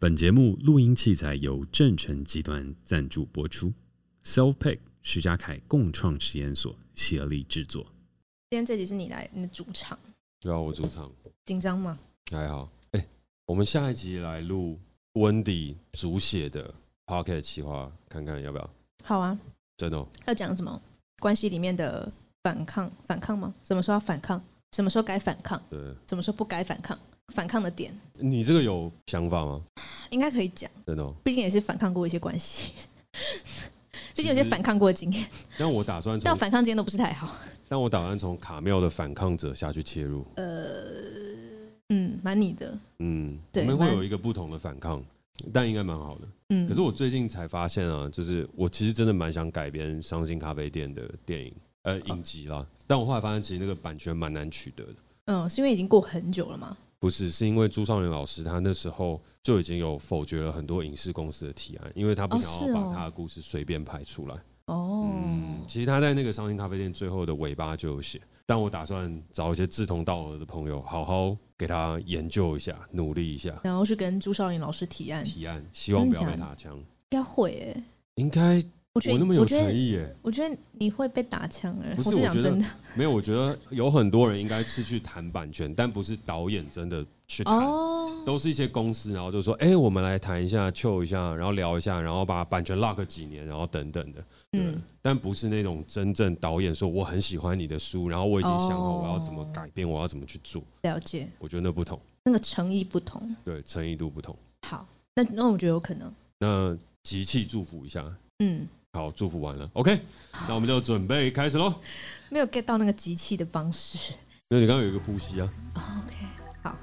本节目录音器材由正成集团赞助播出，SelfPick 徐家凯共创实验所协力制作。今天这集是你来你的主场，对啊，我主场紧张吗？还好。哎、我们下一集来录温迪主写的 Pocket 企划，看看要不要？好啊，真的、哦，要讲什么？关系里面的反抗，反抗吗？什么时候要反抗？什么时候该反抗？对什么时候不该反抗？反抗的点你这个有想法吗？应该可以讲，真的、哦。毕竟也是反抗过一些关系， 毕竟有其些实反抗过的经验，但我打算但从，反抗经验都不是太好。但我打算从卡妙的反抗者下去切入。呃嗯，蛮你的，嗯，我对们会蛮有一个不同的反抗，但应该蛮好的。嗯。可是我最近才发现啊，就是我其实真的蛮想改编《伤心咖啡店》的电影，啊呃，影集啦。但我后来发现，其实那个版权蛮难取得的。嗯，是因为已经过很久了嘛。不是，是因为朱少元老师他那时候就已经有否决了很多影视公司的提案，因为他不哦想是要哦把他的故事随便拍出来。哦，嗯，其实他在那个伤心咖啡店最后的尾巴就有写，但我打算找一些志同道合的朋友，好好给他研究一下，努力一下然后去跟朱少颖老师提案，提案，希望不要真的被假的打枪。应该会诶、应该我觉得我那么有我觉诚得意耶，我觉得你会被打枪诶、不是我我讲觉得真的没有，我觉得有很多人应该是去谈版权，但不是导演真的去谈。哦。都是一些公司，然后就说，哎、我们来谈一下、秀一下，然后聊一下，然后把版权 lock 几年，然后等等的，对。嗯，但不是那种真正导演说我很喜欢你的书，然后我已经想好哦我要怎么改变，我要怎么去做，了解，我觉得那不同，那个诚意不同。对，诚意度不同。好，那那我觉得有可能。那集气祝福一下，嗯，好，祝福完了，OK，那我们就准备开始喽。没有 get 到那个集气的方式。那你刚刚有一个呼吸啊，哦 OK，好，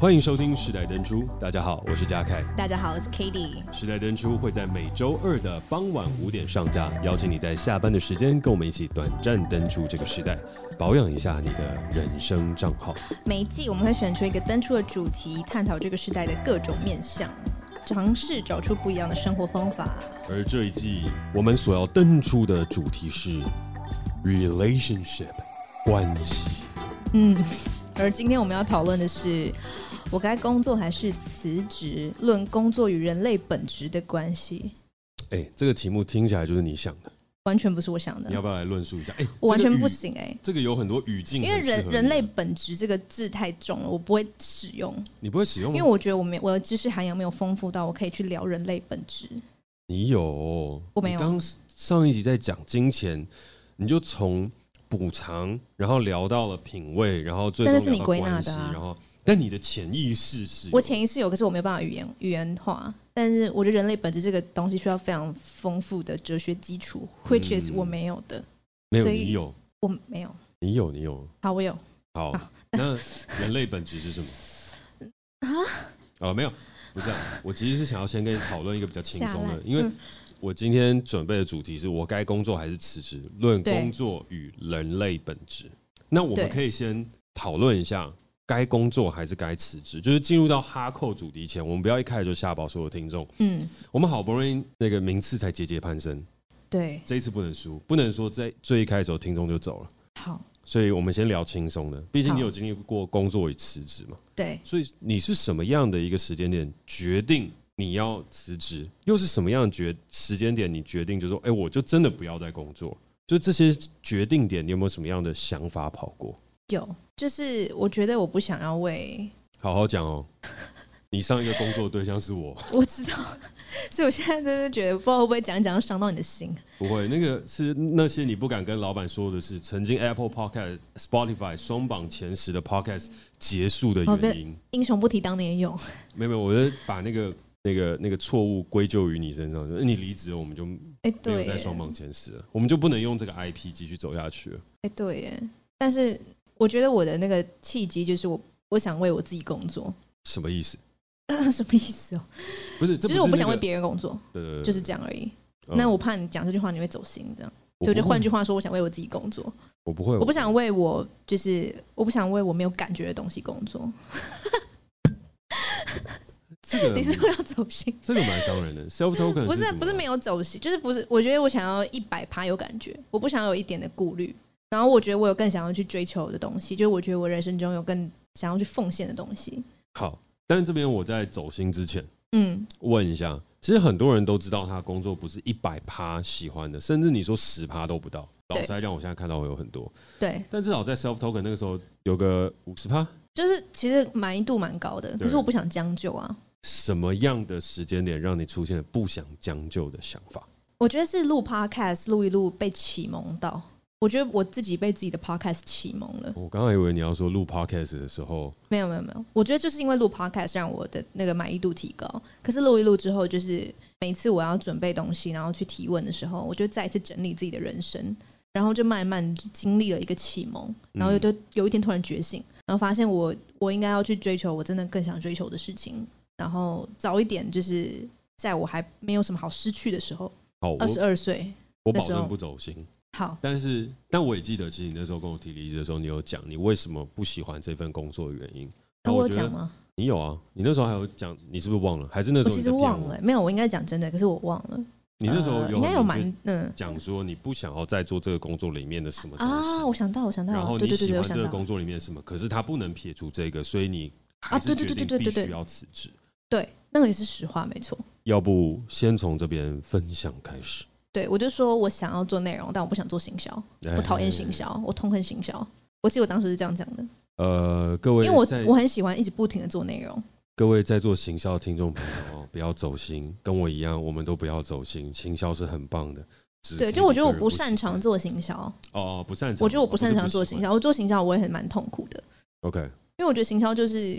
欢迎收听《时代登出》，大家好，我是嘉凯。大家好，我是 Katie。时代登出会在每周二的傍晚五点上架，邀请你在下班的时间跟我们一起短暂登出这个时代，保养一下你的人生账号。每一季我们会选出一个登出的主题，探讨这个时代的各种面向，尝试找出不一样的生活方法。而这一季我们所要登出的主题是 relationship 关系。嗯而今天我们要讨论的是，我该工作还是辞职？论工作与人类本质的关系，哎、这个题目听起来就是你想的，完全不是我想的你，要不要来论述一下？哎、我完全这个不语。行哎、这个有很多语境因很为适合你的，人人类本质这个字太重了，我不会使用，你不会使用因吗，为我觉得我没我的知识涵养没有丰富到我可以去聊人类本质。你有，我没有你刚上一集在讲金钱，你就从补偿，然后聊到了品味，然后最终但是是你聊到归纳关系的啊然后但你的潜意识是有我潜意识有，可是我没有办法语言语言化。但是我觉得人类本质这个东西需要非常丰富的哲学基础、w h i c h is 嗯我没有的，没有所以你有我没有。你有你有好，我有。好好，那人类本质是什么啊？哦，没有，不是啊、我其实是想要先跟你讨论一个比较轻松下的来，因为嗯我今天准备的主题是我该工作还是辞职，论对工作与人类本质。那我对们可以先讨论一下该工作还是该辞职，就是进入到哈扣主题前，我们不要一开始就吓跑所有听众。嗯，我们好不容易那个名次才节节攀升，对，这一次不能输，不能说在最一开始的时候听众就走了。好，所以我们先聊轻松的，毕竟好你有经历过工作与辞职嘛。对，所以你是什么样的一个时间点决定你要辞职，又是什么样的决时间点你决定就说，哎、我就真的不要再工作？就这些决定点，你有没有什么样的想法跑过？有，就是我觉得我不想要为好好讲哦。 你上一个工作对象是我，我知道， 所以我现在真的觉得不知道会不会讲一讲伤到你的心。不会，那个是那些你不敢跟老板说的是，曾经 Apple Podcast、Spotify 双榜前十的 Podcast 结束的哦被原因。英雄不提当年勇，没有没有，我是把那个那个那个错误归咎于你身上，就是你离职了，我们就没哎、有对耶，在双榜前十了，我们就不能用这个 IP 继续走下去了。哎、对耶。但是我觉得我的那个契机就是我我想为我自己工作，什么意思？什么意思哦？不是，这呃就是我不不想为人，别人工作，对对对就是这样而已。嗯那我怕你讲这句话你会走心，这样，我所以我就不会换句话说，我想为我自己工作，我不会，我不想为我就是我不想为我没有感觉的东西工作。这个你是不是要走心？这个蛮伤人的。Self token 不是怎么不是没了有走心，就是不是，我觉得我想要一百趴有感觉，我不想有一点的顾虑。然后我觉得我有更想要去追求的东西，就是我觉得我人生中有更想要去奉献的东西。好，但是这边我在走心之前嗯，问一下，其实很多人都知道他工作不是一百趴喜欢的，甚至你说十趴都不到。老对实来讲，我现在看到我有很多，对，但至少在 self token 那个时候有个五十趴。就是其实满意度蛮高的，可是我不想将就啊。什么样的时间点让你出现了不想将就的想法？我觉得是录 podcast 录一录被启蒙到，我觉得我自己被自己的 podcast 启蒙了。我刚才以为你要说录 podcast 的时候，没有没有没有，我觉得就是因为录 podcast 让我的那个满意度提高。可是录一录之后，就是每次我要准备东西，然后去提问的时候，我就再一次整理自己的人生，然后就慢慢经历了一个启蒙，然嗯后有就有一天突然觉醒，然后发现我我应该要去追求我真的更想追求的事情，然后早一点就是在我还没有什么好失去的时候，好，二十我二岁，我那保时候证不走心。好，但是，但我也记得，其实你那时候跟我提离职的时候，你有讲你为什么不喜欢这份工作的原因。那那我我有觉得讲吗？你有啊？你那时候还有讲，你是不是忘了？还是那时候我其你在实骗忘了、欸没有，我应该讲真的，可是我忘了。你那时候呃有应该有很明确蛮嗯讲说你不想要再做这个工作里面的什么东西啊，我想到，我想到然了，后对你对对喜对，欢我想这到个了工作里面的什么，可是他不能撇除这个，所以你还啊是对决对定对对必对对须要辞职。对，那个也是实话，没错。要不先从这边分享开始。对我就说我想要做内容，但我不想做行销，我我讨厌哎行。销，我痛恨行销。我记得我当时是这样讲的，呃，各位因为我在我很喜欢一直不停的做内容。各位在做行销的听众朋友哦，不要走心，跟我一样，我们都不要走心。行销是很棒的，只是对，可以就我觉得个我人不喜擅长欢做行销，哦，哦不擅长，我觉得我哦不擅长做行。销，我做行销我也很蛮痛苦的，不是喜欢 OK，因为我觉得行销就是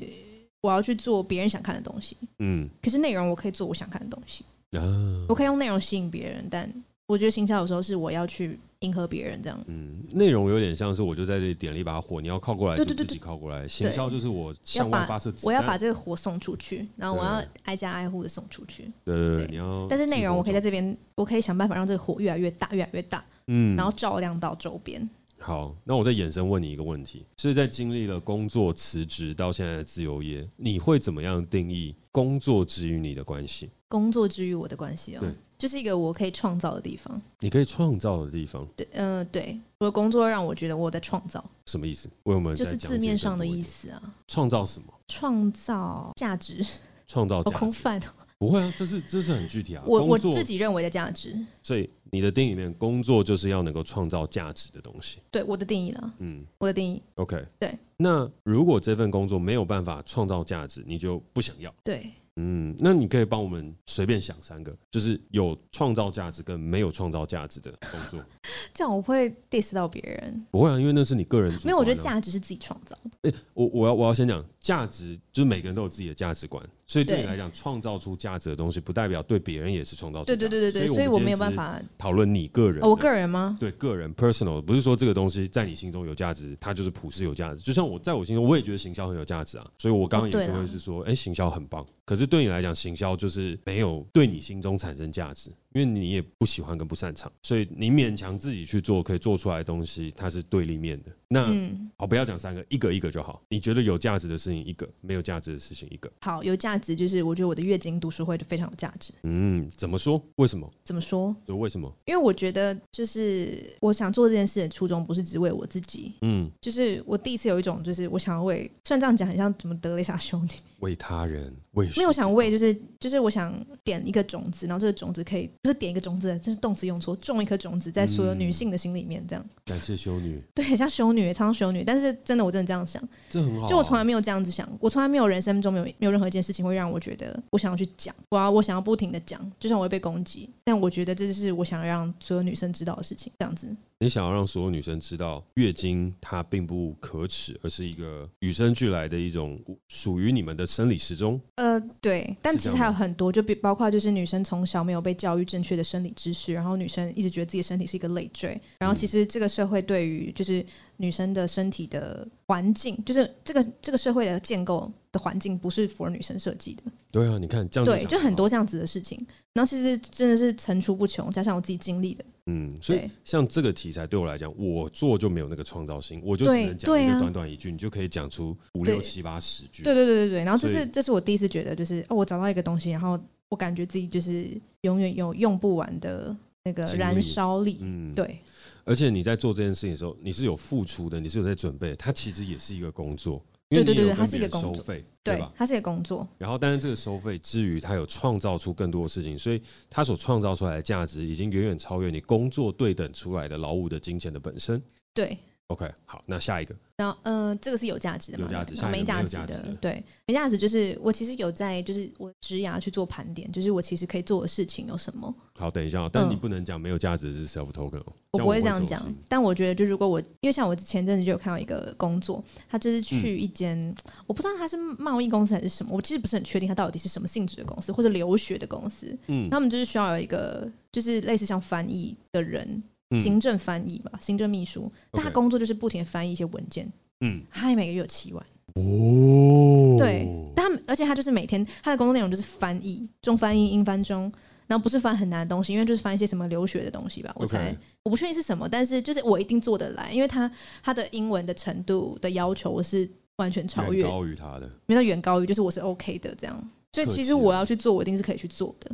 我要去做别人想看的东西，嗯可是内容我可以做我想看的东西，啊，我可以用内容吸引别人，但我觉得行销有时候是我要去迎合别人这样。嗯，内容有点像是我就在这里点了一把火，你要靠过来就对对自对己靠过来。行销就是我要向把外发射子弹，我要把这个火送出去，然后我要对哦挨家挨户的送出去。对对对，对你要。但是内容我可以在，这边，我可以想办法让这个火越来越大，越来越大，嗯，然后照亮到周边。好，那我再衍生问你一个问题：所以在经历了工作辞职到现在的自由业，你会怎么样定义工作之于你的关系？工作之于我的关系哦对，就是一个我可以创造的地方。你可以创造的地方对，嗯、对，我的工作让我觉得我在创造，什么意思？为我们就再是讲字解面更上的多一意点。思啊，创造什么？创造价值。创造好价空值？泛哦，不会啊，这是这是很具体啊。我我工作自，己认为的价值，所以你的定义里面，工作就是要能够创造价值的东西。对我的定义啦，嗯我的定义， ，OK，对。那如果这份工作没有办法创造价值，你就不想要。对，嗯，那你可以帮我们随便想三个，就是有创造价值跟没有创造价值的工作。这样我会 diss 到别人。不会啊，因为那是你个人、没有，我觉得，价值是自己创造的。我我要我要先讲价值，就是每个人都有自己的价值观，所以对你对来讲，创造出价值的东西，不代表对别人也是创造出价对值。对对对对，所以我们没有办今天法。呃只是讨论你个人的、哦，我个人吗？对个人 personal，不是说这个东西在你心中有价值，它就是普世有价值。就像我在我心中，我也觉得行销很有价值啊，所以我刚刚哦对也啦就会是说，哎、行销很棒。可是对你来讲，行销就是没有对你心中产生价值，因为你也不喜欢跟不擅长，所以你勉强自己去做，可以做出来的东西，它是对立面的。那、嗯，好，不要讲三个，一个一个就好。你觉得有价值的事情一个，没有价值的事情一个。好，有价值就是我觉得我的月经读书会就非常有价值。嗯，怎么说？为什么？怎么说？就为什么？因为我觉得就是我想做这件事的初衷不是只为我自己，嗯，就是我第一次有一种就是我想要为，虽然这样讲很像怎么德雷莎修 女，为他人，为没有我世界想为就是就是我想点一个种子，然后这个种子可以不是点一个种子，这是动词用错，种一颗种子在所有女性的心里面，这样、感谢修女，对，很像修女，常常修女，但是真的我真的这样想。这很好啊、就我从来没有这样子想，我从来没有人生中没有没有任何一件事情会让我觉得我想要去讲，我要我想要不停的讲，就算我会被攻击，但我觉得这就是我想让所有女生知道的事情，这样子。你想要让所有女生知道，月经它并不可耻，而是一个与生俱来的一种属于你们的生理时钟。呃，对，但是其这实样还有吗很多，就比包括就是女生从小没有被教育正确的生理知识，然后女生一直觉得自己的身体是一个累赘，然后其实这个社会对于就是女生的身体的环境，就是这个这个社会的建构的环境不是 for 女生设计的，对啊，你看这样对，讲就很好多这样子的事情。然后其实真的是层出不穷，加上我自己经历的，嗯，所以对像这个题材对我来讲，我做就没有那个创造性，我就只对能讲一对个啊短短一句，你就可以讲出五对六七八十句。对对对对对。然后这所以是这是我第一次觉得，就是哦，我找到一个东西，然后我感觉自己就是永远有用不完的那个精力燃烧力，嗯，对。而且你在做这件事情的时候，你是有付出的，你是有在准备的，它其实也是一个工作。因为对对你有对对它跟是别一个人收工作费，对对吧，？它是一个工作，然后，但是这个收费之余，它有创造出更多的事情，所以它所创造出来的价值已经远远超越你工作对等出来的劳务的金钱的本身。对。 OK，好，那下一个然后，呃，这个是有价值的嘛？有价值对下一个没价没有值价值的的，对，没价值就是我其实有在，就是我职涯去做盘点，就是我其实可以做的事情有什么，好，等一下哦，但嗯你不能讲没有价值的是 self token 哦，我不会会这样走讲心。但我觉得，就如果我，因为像我前阵子就有看到一个工作，他就是嗯去一间、我不知道他是贸易公司还是什么，我其实不是很确定他到底是什么性质的公司，或者留学的公司，嗯他们就是需要有一个就是类似像翻译的人，嗯行政翻译吧，行政秘书，但他 OK 工作就是不停的翻译一些文件，嗯他每个月有七万。哦对，但他而且他就是每天他的工作内容就是翻译，中翻英、英翻中，然后不是翻很难的东西，因为就是翻一些什么留学的东西吧，我 OK 猜我不确定是什么，但是就是我一定做得来，因为他他的英文的程度的要求我是完全超越远，高于他的，没到远高于，就是我是 OK 的这样，所以客气其实我要去做，我一定是可以去做的。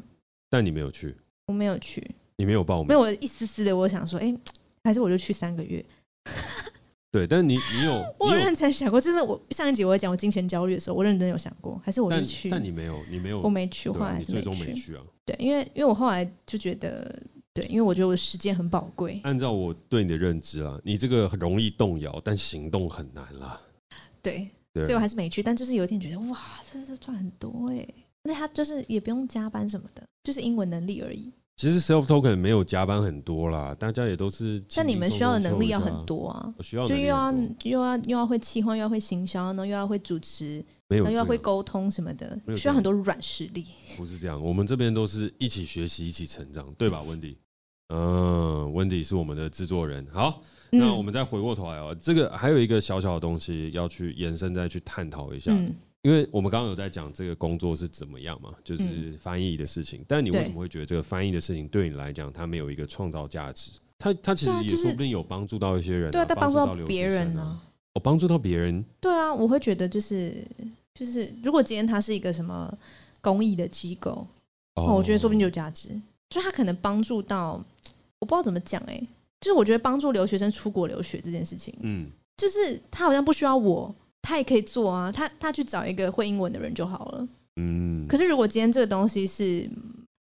但你没有去，我没有去，你没有报没名，有我一丝丝的，我想说，哎、还是我就去三个月。对，但你你有，我你有有，认真想过，就是我上一集我讲我金钱焦虑的时候，我认真有想过，还是我就但去，但你没有，你没有，我没去，对我后吧来还你是最终没去。去啊。对，因为因为我后来就觉得，对，因为我觉得我的时间很宝贵，按照我对你的认知啊，你这个很容易动摇，但行动很难啦。对，对，所以我还是没去。但就是有一点觉得，哇，真的是赚很多哎、但是他就是也不用加班什么的，就是英文能力而已。其实 self token 没没有加班很多啦，大家也都是轻轻松松凑一下。但你们需要的能力要很多啊，哦我需要就能又力要很多又要又要会企划，又要会行销，然后又要会主持，没有然后又要这会个沟通什么的没有，需要很多软实力。不是这样，我们这边都是一起学习，一起成长，对吧，温迪？嗯，温迪是我们的制作人。好，嗯那我们再回过头来哦，这个还有一个小小的东西要去延伸，再去探讨一下，嗯，因为我们刚刚有在讲这个工作是怎么样嘛，就是翻译的事情。但你为嗯对什么会觉得这个翻译的事情对你来讲，它没有一个创造价值？它它其实对啊也就是说不定有帮助到一些人、对啊，但帮帮助到到留学别人生呢、啊，我帮助到别人，对啊，我会觉得就是就是，如果今天他是一个什么公益的机构，哦，我觉得说不定就有价值，就他可能帮助到，我不知道怎么讲哎、就是我觉得帮助留学生出国留学这件事情，嗯，就是他好像不需要我，他也可以做啊，他他去找一个会英文的人就好了。嗯，可是如果今天这个东西是，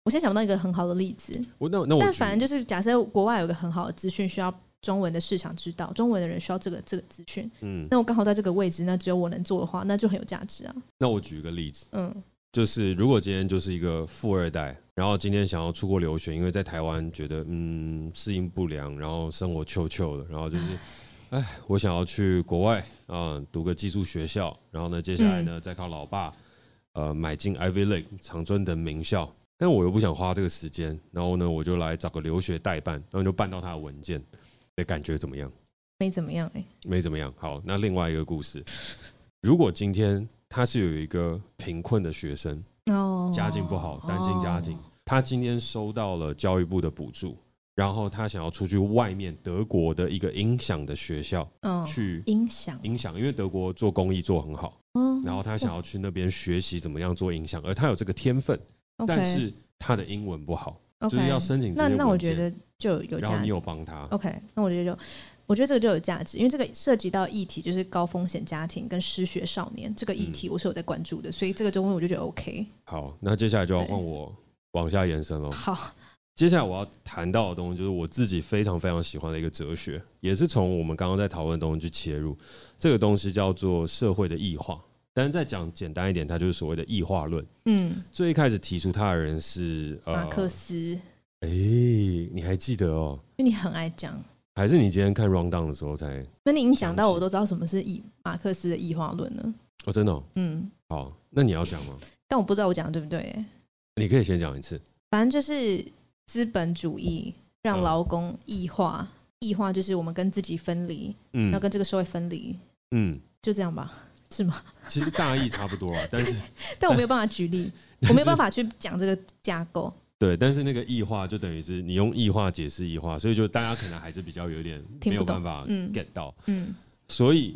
我现在想不到一个很好的例子，我那那我但哦举反正就是假设国外有一个很好的资讯需要中文的市场知道，中文的人需要这个这个资讯，嗯，那我刚好在这个位置，那只有我能做的话，那就很有价值啊。那我举一个例子，嗯，就是如果今天就是一个富二代，然后今天想要出国留学，因为在台湾觉得嗯适应不良，然后生活臭臭的，然后就是，哎，我想要去国外啊、读个寄宿学校，然后呢，接下来呢再靠老爸呃买进 Ivy League 长春等名校，但我又不想花这个时间，然后呢我就来找个留学代办，然后就办到他的文件，你感觉怎么样？没怎么样哎、没怎么样。好，那另外一个故事，如果今天他是有一个贫困的学生。哦，家境不好，单亲家庭哦，他今天收到了教育部的补助，然后他想要出去外面德国的一个音响的学校嗯，去音响，音响，因为德国做公益做很好，嗯然后他想要去那边学习怎么样做音响，而他有这个天分， OK，但是他的英文不好，就是要 OK 申请这那些那我文件，觉得就有哦然后价你值。有帮他， OK，那我觉得就，我觉得这个就有价值，因为这个涉及到议题，就是高风险家庭跟失学少年这个议嗯题，我是有在关注的，所以这个中文我就觉得 OK。好，那接下来就要对换我往下延伸喽。好，接下来我要谈到的东西，就是我自己非常非常喜欢的一个哲学，也是从我们刚刚在讨论的东西去切入。这个东西叫做社会的异化，但是再讲简单一点，它就是所谓的异化论。嗯，最一开始提出它的人是呃，马克思，因哎、你还记得哦？为你很爱讲，还是你今天看 round down 的时候才？那你已经讲到详细我都知道什么是异马克思的异化论了，哦，真的、哦、嗯，好，那你要讲吗？但我不知道我讲的对不对、欸你可以先讲一次。反正就是资本主义嗯让劳工异化，异化就是我们跟自己分离，要嗯跟这个社会分离，嗯，就这样吧，是吗？ 其实大意差不多啊，但 是但我没有办法 举例，我没有办法去讲这个架构。对，但是那个异化就等于是你用异化解释异化，所以就大家可能还是比较有点听没不有懂办法嗯 get 到。嗯所以，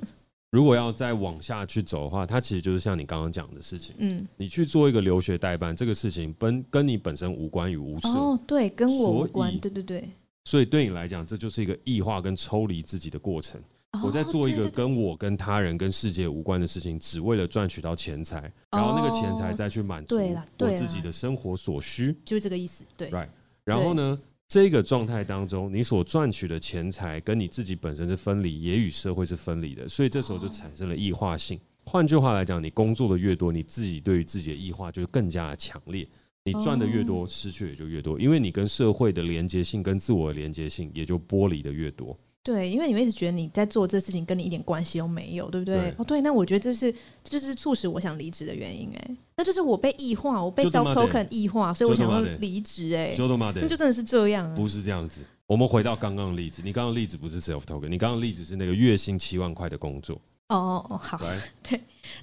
如果要再往下去走的话，它其实就是像你刚刚讲的事情，嗯，你去做一个留学代办，这个事情本跟你本身无关与无涉，哦，对，跟我所无以关，对对对，所以对你来讲，这就是一个异化跟抽离自己的过程。我在做一个哦对对对跟我、跟他人、跟世界无关的事情，只为了赚取到钱财，然后那个钱财再去满足哦对啦对我啦自己的生活所需。就是这个意思，对 Right 然后呢，这个状态当中，你所赚取的钱财跟你自己本身是分离，也与社会是分离的，所以这时候就哦产生了异化性。换句话来讲，你工作的越多，你自己对于自己的异化就更加的强烈。你赚的哦越多，失去也就越多，因为你跟社会的连接性、跟自我的连接性也就剥离的越多。对，因为你会一直觉得你在做这事情跟你一点关系都没有，对不对？对哦，对，那我觉得这是这就是促使我想离职的原因，哎，那就是我被异化，我被就他妈 self 的 token 异化，所以我就他想妈要的离职，哎，说的嘛的那，就真的是这样啊，不是这样子。我们回到刚刚的例子，你刚刚的例子不是 self token，你刚刚的例子是那个月薪七万块的工作，哦哦哦，好，来，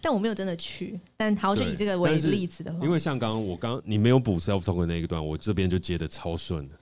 但我没有真的去，但好，就对以这个为但是例子的话，因为像刚刚我刚你没有补 self token 那一段，我这边就接的超顺的。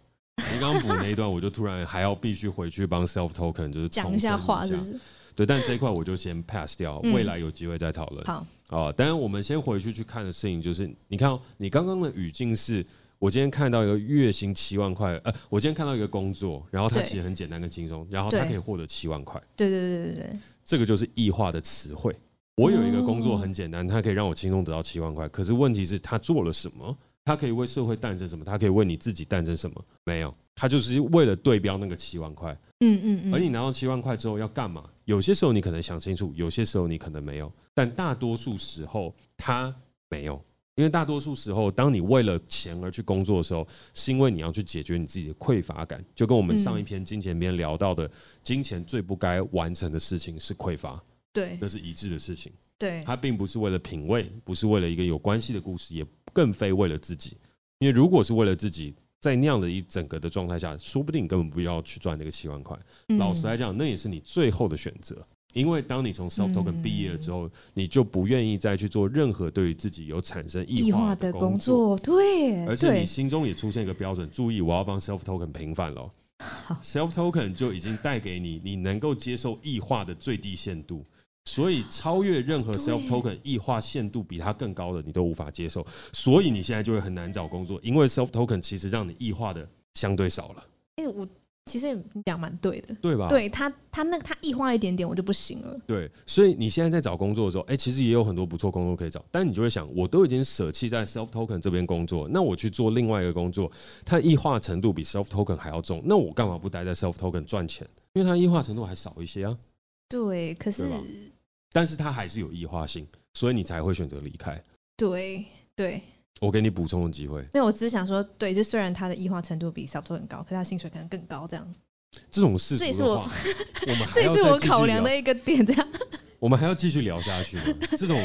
你刚刚补那一段，我就突然还要必须回去帮 self token 就是讲重一申下话是不是？对，但这一块我就先 pass 掉，嗯未来有机会再讨论。好，啊，当然我们先回去去看的事情就是，你看、哦，你刚刚的语境是，我今天看到一个月薪七万块，呃，我今天看到一个工作，然后它对其实很简单跟轻松，然后它对可以获得七万块，对对对对对，这个就是异化的词汇。我有一个工作哦很简单，它可以让我轻松得到七万块，可是问题是，他做了什么？他可以为社会诞生什么？他可以为你自己诞生什么？没有，他就是为了对标那个七万块。嗯嗯嗯，而你拿到七万块之后要干嘛？有些时候你可能想清楚，有些时候你可能没有，但大多数时候他没有，因为大多数时候，当你为了钱而去工作的时候，是因为你要去解决你自己的匮乏感，就跟我们嗯上一篇金钱篇聊到的，金钱最不该完成的事情是匮乏，对那是一致的事情。对，它并不是为了品味，不是为了一个有关系的故事，也更非为了自己。因为如果是为了自己，在那样的一整个的状态下，说不定你根本不要去赚那个七万块。嗯老实来讲，那也是你最后的选择。因为当你从 self token 嗯毕业了之后，你就不愿意再去做任何对于自己有产生异异化化的工工，作，对，而且对你心中也出现一个标准。注意，我要帮 self token 平反了。好 self token 就已经带给你你能够接受异化的最低限度，所以超越任何对 self token 异化限度比它更高的你都无法接受，所以你现在就会很难找工作，因为 self token 其实让你异化的相对少了，因为哎我其实你讲蛮对的，对吧？对他他那他异化一点点我就不行了，对，所以你现在在找工作的时候，哎、其实也有很多不错工作可以找，但你就会想，我都已经舍弃在 self token 这边工作，那我去做另外一个工作，它异化程度比 self token 还要重，那我干嘛不待在 self token 赚钱？因为它异化程度还少一些啊，对，可是对吧但是它还是有异化性，所以你才会选择离开。对对，我给你补充的机会，没有，我只是想说，对，就虽然他的异化程度比 self 很高，可是他薪水可能更高，这样，这种世这也俗是的我 话，我们还这也要是再我继续考量聊的一个点，这样。我们还要继续聊下去吗？这 种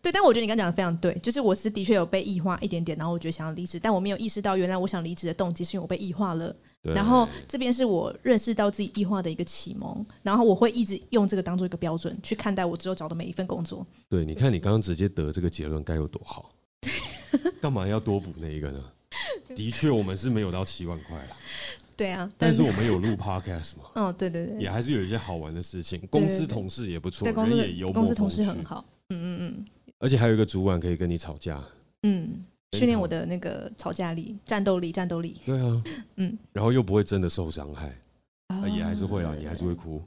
对，但我觉得你刚刚讲的非常对，就是我是的确有被异化一点点，然后我觉得想要离职，但我没有意识到原来我想离职的动机是因为我被异化了。对然后这边是我认识到自己异化的一个启蒙，然后我会一直用这个当做一个标准去看待我之后找的每一份工作。 对，你看你刚刚直接得这个结论该有多好，干嘛要多补那一个 呢？的确，我们是没有到七万块了，对啊，但是我们有录 podcast 嘛，嗯，对对对，也还是有一些好玩的事情，公司同事也不错，对公人也幽默司公司同风事趣很，好，嗯嗯而且还有一个主管可以跟你吵架，嗯嗯，非训练常我的那个吵架力、战斗力、战斗力，对啊，嗯，然后又不会真的受伤害，啊也还是会啊，嗯也还是会哭。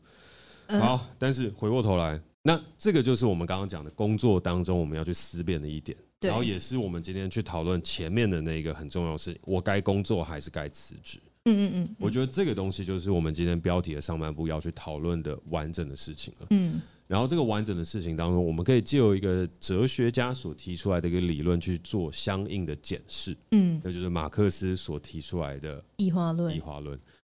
嗯好，但是回过头来，那这个就是我们刚刚讲的工作当中我们要去思辨的一点。对然后也是我们今天去讨论前面的那个很重要的事，我该工作还是该辞职？嗯嗯嗯，我觉得这个东西就是我们今天标题的上半部要去讨论的完整的事情了。嗯然后这个完整的事情当中，我们可以借由一个哲学家所提出来的一个理论去做相应的检视，嗯那就是马克思所提出来的异化异论，化论。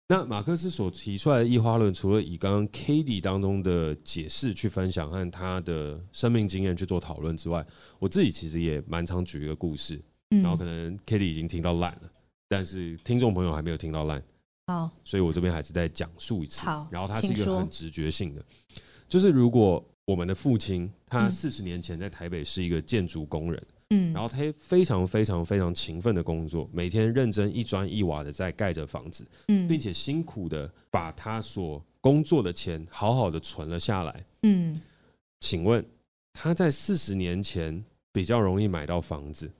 那马克思所提出来的异化论，除了以刚刚 k a t i e 当中的解释去分享和他的生命经验去做讨论之外，我自己其实也蛮常举一个故事，嗯然后可能 k a t i e 已经听到烂了，但是听众朋友还没有听到烂。好，所以我这边还是再讲述一次。好然后它是一请个说很直觉性的，就是如果我们的父亲他嗯四十年前在台北是一个建筑工人，嗯，然后他非常非常非常勤奋的工作，每天认真一砖一瓦的在盖着房子，嗯并且辛苦的把他所工作的钱好好的存了下来。嗯请问他在四十年前比较容易买到房子，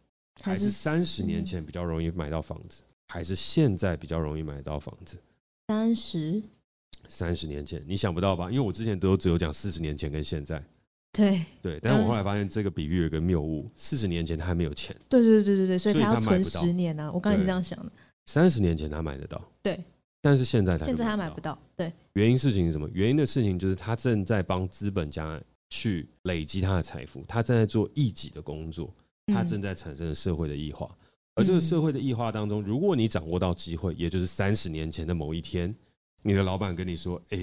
还是三十年前比较容易买到房子，还是现在比较容易买到房子？三十三十年前，你想不到吧？因为我之前都只有讲四十年前跟现在，对对。但是我嗯后来发现这个比喻有一个谬误：四十年前他还没有钱，对对对对对，所以所以他要他买存不到十年啊！我刚才是对这样想的，三十年前他买得到，对。但是现在他就现在他买到不到，对原因事情是什么？原因的事情就是他正在帮资本家去累积他的财富，他正在做一己的工作，他嗯正在产生了社会的异化。而这个社会的异化当中，如果你掌握到机会，也就是三十年前的某一天，你的老板跟你说：“哎、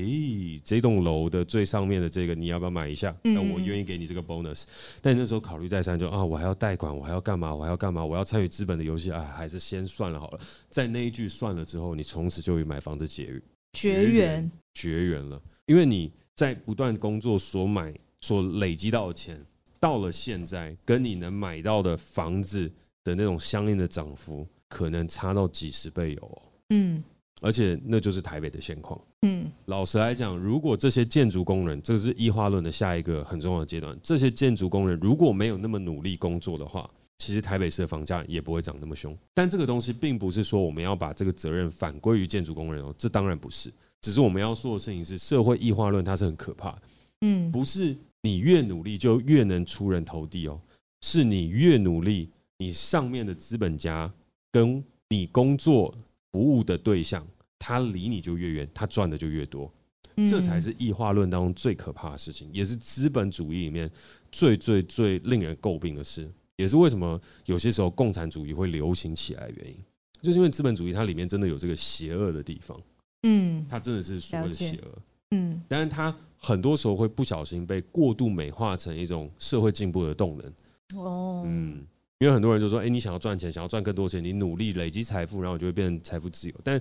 这栋楼的最上面的这个，你要不要买一下？嗯那我愿意给你这个 bonus。”但你那时候考虑再三就，啊，我还要贷款，我还要干嘛？我还要干嘛？我要参与资本的游戏啊，还是先算了好了。在那一句算了之后，你从此就与买房子结缘。绝缘，绝缘了，因为你在不断工作所买所累积到的钱，到了现在跟你能买到的房子的那种相应的涨幅，可能差到几十倍有、哦，嗯而且那就是台北的现况。嗯老实来讲，如果这些建筑工人，这是异化论的下一个很重要的阶段，这些建筑工人如果没有那么努力工作的话，其实台北市的房价也不会涨那么凶。但这个东西并不是说我们要把这个责任反归于建筑工人哦，这当然不是，只是我们要说的事情是，社会异化论它是很可怕的，嗯，不是你越努力就越能出人头地哦，是你越努力，你上面的资本家跟你工作服务的对象，他离你就越远，他赚的就越多。嗯这才是异化论当中最可怕的事情，也是资本主义里面最最最令人诟病的事，也是为什么有些时候共产主义会流行起来的原因，就是因为资本主义它里面真的有这个邪恶的地方，嗯它真的是所谓的了解邪恶，嗯但是它很多时候会不小心被过度美化成一种社会进步的动能，哦嗯。因为很多人就说：“哎、你想要赚钱，想要赚更多钱，你努力累积财富，然后你就会变成财富自由。”但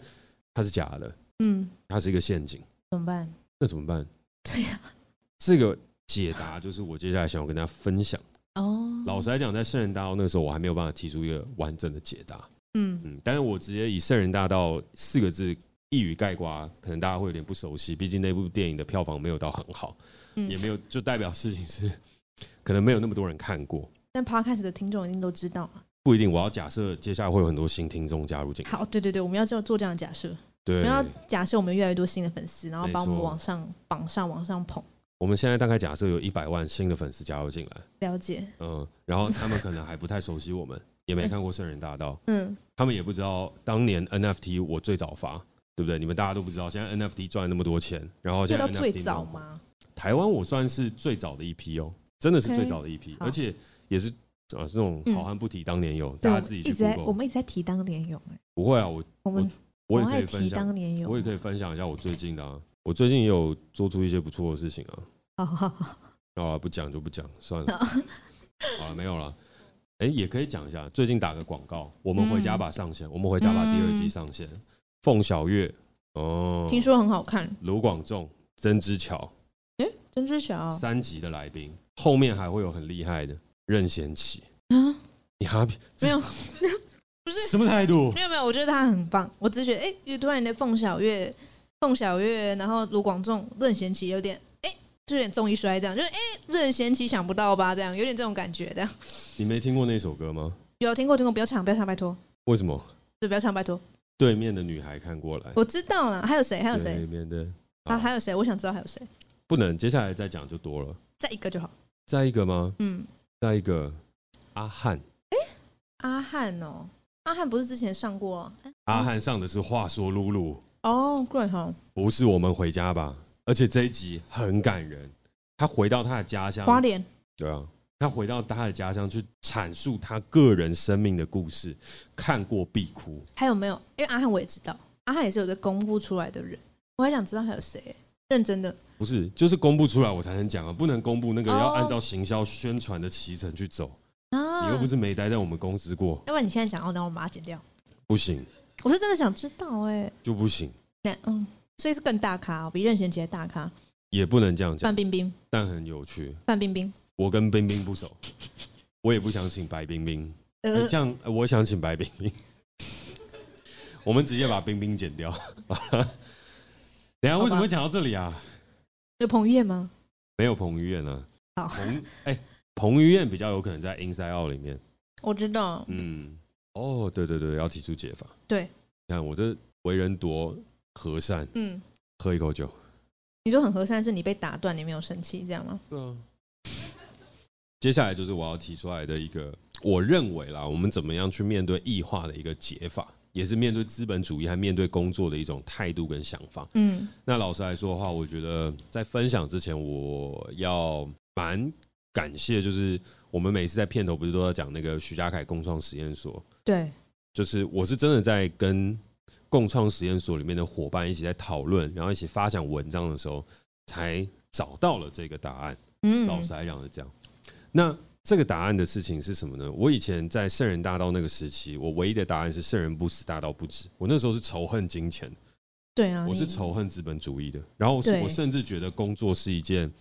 它是假的，嗯，它是一个陷阱。怎么办？那怎么办？对呀、这个解答就是我接下来想要跟大家分享。哦，老实来讲，在圣人大道那个时候，我还没有办法提出一个完整的解答。嗯嗯，但是我直接以圣人大道四个字一语概括，啊可能大家会有点不熟悉，毕竟那部电影的票房没有到很好，嗯也没有就代表事情是可能没有那么多人看过。但 podcast 的听众一定都知道啊。不一定，我要假设接下来会有很多新听众加入进来。好，对对对，我们要做做这样的假设，我对们，要假设我们有越来越多新的粉丝，然后没把我们错往上榜上往上捧，我们现在大概假设有一百万新的粉丝加入进来，了解，嗯，然后他们可能还不太熟悉我们，也没看过圣人大道，嗯他们也不知道当年 NFT 我最早发，对不对？你们大家都不知道，现在 NFT 赚那么多钱，然后现做在到 NFT 最早弄红？吗？台湾我算是最早的一批哦，真的是 OK，最早的一批，好而且也是啊，这种好汉不提当年勇，对，大我家们自己一去直在我 Google。们一直在提当年勇，哎，不会啊，我我们我也好可爱以分提享，当年勇，我也可以分享一下我最近的啊，我最近也有做出一些不错的事情啊。好好好，啊，不讲就不讲，算哦了。 啊，没有了。哎、也可以讲一下，最近打个广告，我们回家嗯吧上线，我们回家吧第二季上线，凤小岳哦，听说很好看，卢广仲、曾之乔哎，曾之乔啊，三集的来宾，后面还会有很厉害的任贤齐。啊你哈比没有，什么态度？没有没有，我觉得他很棒。我只是觉得，哎、因为突然的凤小岳、凤小岳，然后卢广仲、任贤齐有点，哎、就有点重一衰这样，就是哎、任贤齐想不到吧，这样有点这种感觉这样。你没听过那首歌吗？有啊听过听过，不要唱不要唱，拜托，为什么？对，不要唱拜托。对面的女孩看过来，我知道了，还有谁？还有对 谁？面的啊，好还有谁？我想知道还有谁。不能，接下来再讲就多了。再一个就好。再一个吗？嗯，再一个，阿汉，阿汉哦，阿汉不是之前上过哦阿汉上的是《话说露露》。哦，对哈，不是我们回家吧？而且这一集很感人，他回到他的家乡，花莲，对啊，他回到他的家乡去阐述他个人生命的故事，看过必哭。还有没有？因为阿汉我也知道，阿汉也是有在公布出来的人，我还想知道还有谁、认真的，不是，就是公布出来我才能讲啊，不能公布那个哦要按照行销宣传的脐程去走。啊，你又不是没待在我们公司过，要不然你现在讲，哦，那我把它剪掉。不行我是真的想知道哎、就不行，那嗯，所以是更大咖、哦，比任贤齐还大咖。也不能这样讲。范冰冰，但很有趣，范冰冰，我跟冰冰不熟，我也不想请白冰冰。呃你，这样，呃我想请白冰冰， 我们直接把冰冰剪掉。 等一下为什么会讲到这里啊？有彭于晏吗？没有彭于晏啊，好，彭哎、彭于晏比较有可能在 Inside Out 里面。我知道，嗯，哦，对对对，要提出解法。对，你看我这为人多和善，嗯，喝一口酒。你说很和善，是你被打断，你没有生气，这样吗？对啊。接下来就是我要提出来的一个，我认为啦，我们怎么样去面对异化的一个解法，也是面对资本主义还面对工作的一种态度跟想法。嗯，那老实来说的话，我觉得在分享之前，我要蛮感谢，就是我们每次在片头不是都要讲那个徐家凯共创实验所，对，就是我是真的在跟共创实验所里面的伙伴一起在讨论，然后一起发想文章的时候，才找到了这个答案。嗯，老实来讲是这样。那这个答案的事情是什么呢？我以前在圣人大道那个时期，我唯一的答案是圣人不死，大道不止。我那时候是仇恨金钱，对啊，我是你仇恨资本主义的。然后我对我甚至觉得工作是一件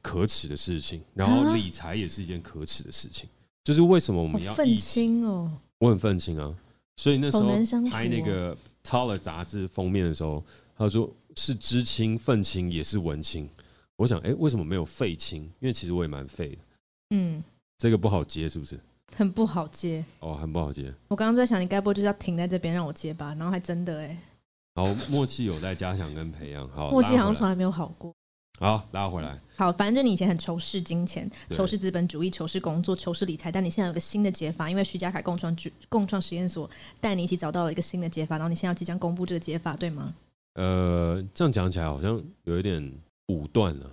可耻的事情，然后啊理财也是一件可耻的事情。就是为什么我好们要愤一起？青哦，我很愤青啊，所以那时好候难相处哦拍那个《超了》杂志封面的时候，他说是知青、愤青也是文青。我想，哎、为什么没有废青？因为其实我也蛮废的，嗯，这个不好接，是不是？很不好接。哦，很不好接。我刚刚就在想，你该不会就是要停在这边让我接吧？然后还真的哎、好，默契有待加强跟培养。好，默契好像拉回从来来没有好过。好拉回来。好，反正就你以前很仇视金钱、对仇视资本主义、仇视工作、仇视理财，但你现在有个新的解法，因为徐家凯共创局共创实验所带你一起找到了一个新的解法，然后你现在要即将公布这个解法，对吗？呃，这样讲起来好像有一点武断了，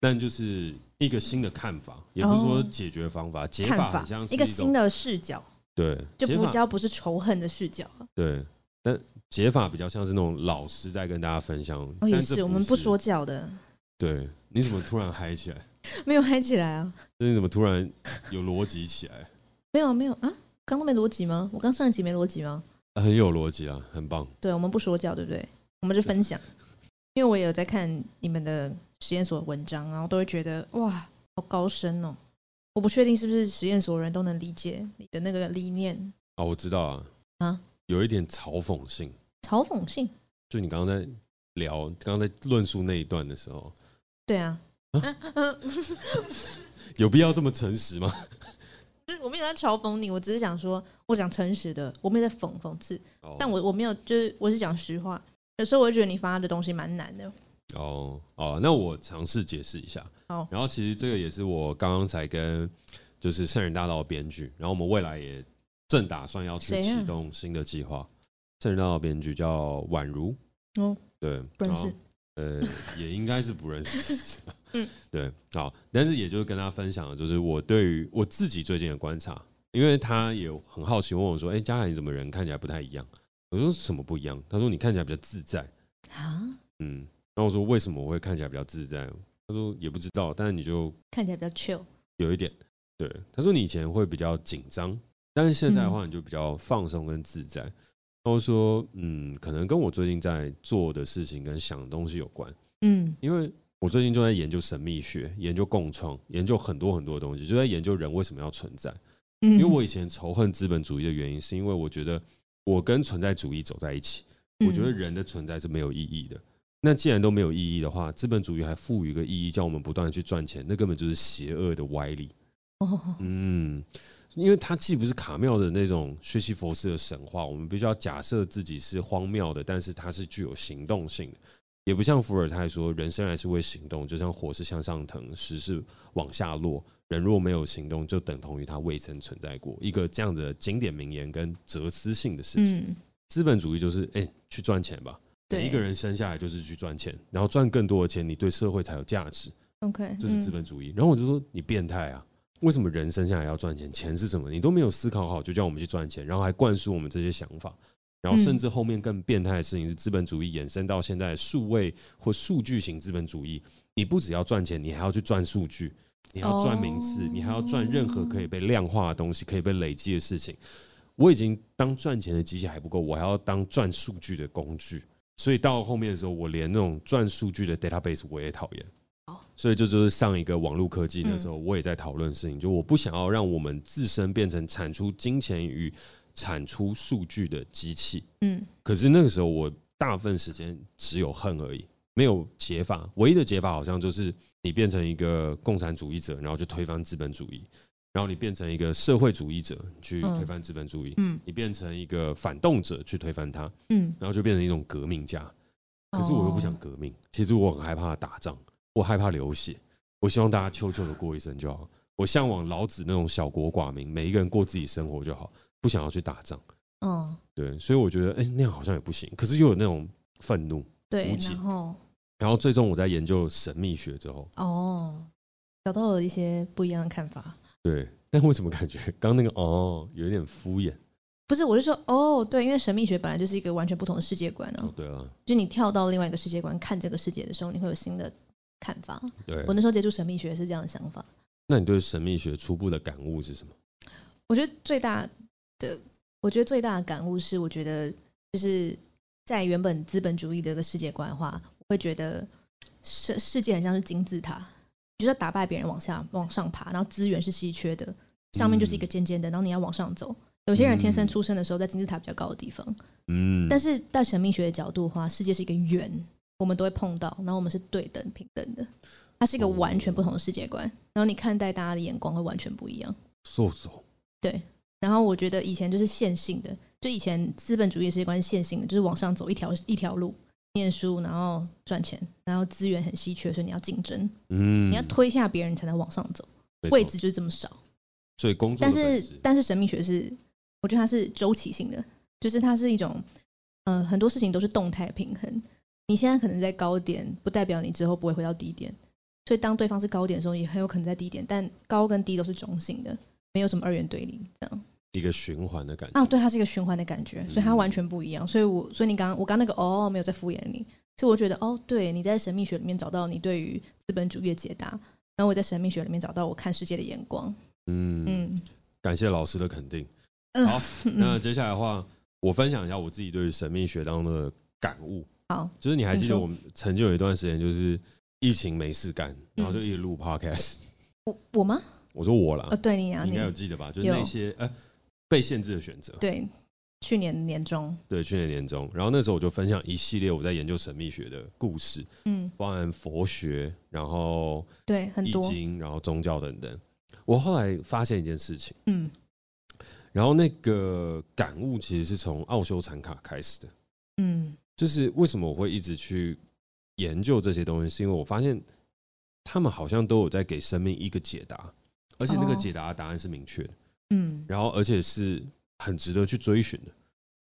但就是一个新的看法，也不是说哦解决方法，解看法法很像是一个种新的视角，对，就解不法叫不是仇恨的视角了。对，但解法比较像是那种老师在跟大家分享。哦，也但这是，我们不说。教的， 对，你怎么突然嗨起来？没有嗨起来啊，就是你怎么突然有逻辑起来？ 没有没有啊，刚刚没逻辑吗？我刚上一集没逻辑吗？啊很有逻辑啊，很棒。对，我们不说教，对不对？我们就分享，因为我也有在看你们的实验所的文章，然后都会觉得哇，好高深哦。我不确定是不是实验所的人都能理解你的那个理念啊，我知道啊，啊，有一点嘲讽性。嘲讽性，就你刚刚在聊，刚刚在论述那一段的时候，对啊，啊嗯嗯，有必要这么诚实吗？ 就是我没有在嘲讽你，我只是想说，我讲诚实的，我没有在讽讽刺，哦但我我没有，就是我是讲实话。有时候我会觉得你发的东西蛮难的，哦哦，那我尝试解释一下。好然后其实这个也是我刚刚才跟就是圣人大道的编剧，然后我们未来也正打算要去谁啊启动新的计划。圣人大道编剧叫宛如，哦，对，不认然后识，呃，也应该是不认识。 嗯，对，好，但是也就是跟他分享，的就是我对于我自己最近的观察，因为他也很好奇问我说：“哎、嘉凯你怎么人看起来不太一样？”我说：“什么不一样？”他说：“你看起来比较自在。” 啊，嗯，然后我说为什么我会看起来比较自在？他说也不知道，但是你就看起来比较 chill，有一点，对，他说你以前会比较紧张，但是现在的话你就比较放松跟自在。然后说，嗯，可能跟我最近在做的事情跟想的东西有关，嗯因为我最近就在研究神秘学，研究共创，研究很多很多的东西，就在研究人为什么要存在。嗯，因为我以前仇恨资本主义的原因，是因为我觉得我跟存在主义走在一起，我觉得嗯人的存在是没有意义的。那既然都没有意义的话，资本主义还赋予一个意义，叫我们不断的去赚钱，那根本就是邪恶的歪理。哦嗯，因为它既不是卡妙的那种薛西佛斯的神话，我们必须要假设自己是荒谬的，但是它是具有行动性的，也不像伏尔泰说人生来是为行动，就像火是向上腾，石是往下落，人若没有行动，就等同于他未曾存在过。一个这样的经典名言跟哲思性的事情，嗯，资本主义就是哎、去赚钱吧。对，每一个人生下来就是去赚钱，然后赚更多的钱，你对社会才有价值。 OK，嗯这是资本主义。然后我就说你变态啊！为什么人生下来要赚钱？钱是什么？你都没有思考好，就叫我们去赚钱，然后还灌输我们这些想法。然后甚至后面更变态的事情是，资本主义衍生到现在的数位或数据型资本主义。你不只要赚钱，你还要去赚数据，你还要赚名次，哦你还要赚任何可以被量化的东西，可以被累积的事情。我已经当赚钱的机器还不够，我还要当赚数据的工具。所以到后面的时候，我连那种赚数据的 database 我也讨厌哦。嗯所以这就是上一个网络科技那时候，我也在讨论的事情，就我不想要让我们自身变成产出金钱与产出数据的机器。嗯可是那个时候，我大部分时间只有恨而已，没有解法。唯一的解法好像就是你变成一个共产主义者，然后去推翻资本主义；然后你变成一个社会主义者，去嗯推翻资本主义；嗯你变成一个反动者，去推翻它。嗯哦然后就变成一种革命家。可是我又不想革命。其实我很害怕打仗，我害怕流血。我希望大家悄悄的过一生就好。我向往老子那种小国寡民，每一个人过自己生活就好，不想要去打仗。嗯，对，所以我觉得，哎、那样好像也不行。可是又有那种愤怒。对无，解然后然后最终我在研究神秘学之后，哦，找到了一些不一样的看法。对，但为什么感觉刚刚那个哦有一点敷衍？不是，我是说，哦，对，因为神秘学本来就是一个完全不同的世界观啊，哦，对啊，就你跳到另外一个世界观看这个世界的时候，你会有新的看法。对我。那时候接触神秘学是这样的想法。那你对神秘学初步的感悟是什么？我觉得最大的，我觉得最大的感悟是，我觉得就是在原本资本主义的一个世界观的话，我会觉得世世界很像是金字塔，你就是要打败别人往下往上爬，然后资源是稀缺的，上面就是一个尖尖的，然后你要往上走。有些人天生嗯出生的时候在金字塔比较高的地方，嗯，但是在神秘学的角度的话，世界是一个圆，我们都会碰到，然后我们是对等平等的，它是一个哦完全不同的世界观，然后你看待大家的眼光会完全不一样。受手然后我觉得以前就是线性的，就以前资本主义世界观是线性的，就是往上走一条一条路，念书，然后赚钱，然后资源很稀缺，所以你要竞争，嗯，你要推下别人你才能往上走，没错位置就是这么少。所以工作但的本是质，但是神秘学是，我觉得它是周期性的，就是它是一种，呃，很多事情都是动态平衡。你现在可能在高点，不代表你之后不会回到低点。所以当对方是高点的时候，也很有可能在低点，但高跟低都是中性的，没有什么二元对立这样。一个循环的感觉。啊，对，它是一个循环的感觉，所嗯以它完全不一样。所以我，所以你刚刚我刚那个哦没有在敷衍你，所以我觉得哦，对，你在神秘学里面找到你对于资本主义的解答，然后我在神秘学里面找到我看世界的眼光。嗯嗯感谢老师的肯定。嗯好，那嗯，接下来的话，我分享一下我自己对于神秘学当中的感悟。好，就是你还记你得说我们曾经有一段时间，就是疫情没事干，嗯然后就一直录 podcast。我我吗？我说我啦哦，，对你啊，你应你该有记得吧？就是那有些呃被限制的选择。对去年年中，对，去年年中，然后那时候我就分享一系列我在研究神秘学的故事，嗯，包含佛学，然后对，很易多，经，然后宗教等等。我后来发现一件事情，嗯然后那个感悟其实是从奥修禅卡开始的，嗯就是为什么我会一直去研究这些东西，是因为我发现他们好像都有在给生命一个解答，而且那个哦解答的答案是明确的，嗯，然后而且是很值得去追寻的。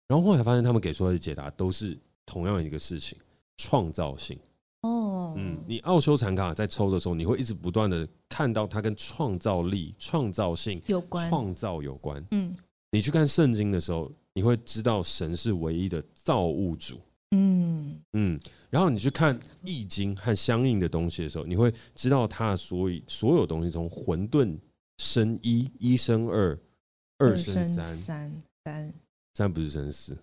然后后来发现他们给出来的解答都是同样一个事情，创造性。哦，嗯，你奥修禅卡在抽的时候，你会一直不断的看到它跟创造力、创造性、有关，创造有关。嗯你去看圣经的时候，你会知道神是唯一的造物主。嗯嗯，然后你去看《易经》和相应的东西的时候，你会知道它所以所有东西从混沌生一，一生二，二生三，三三，三不是生四，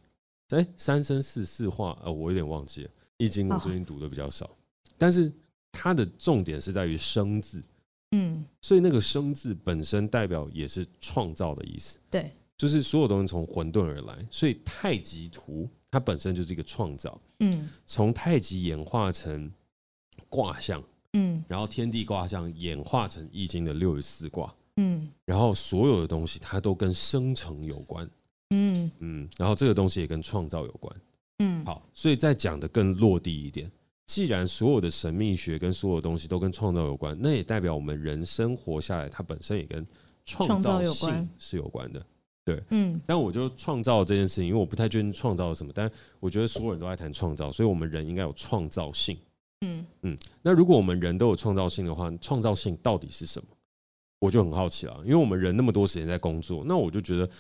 哎，三生四，四化，呃，我有点忘记了，《易经》我哦最近读的比较少，但是它的重点是在于生字，嗯所以那个生字本身代表也是创造的意思，对，就是所有东西从混沌而来，所以太极图它本身就是一个创造，嗯从太极演化成卦象，嗯然后天地卦象演化成易经的六十四卦，嗯然后所有的东西它都跟生成有关，嗯嗯，然后这个东西也跟创造有关。嗯，，好，所以再讲的更落地一点，既然所有的神秘学跟所有东西都跟创造有关，那也代表我们人生活下来，它本身也跟创创造造有性关是有关的。嗯但我就创造这件事情，因为我不太确定创造了什么，但我觉得所有人都在谈创造，所以我们人应该有创造性。嗯。那如果我们人都有创造性的话，创造性到底是什么？我就很好奇了，因为我们人那么多时间在工作，那我就觉得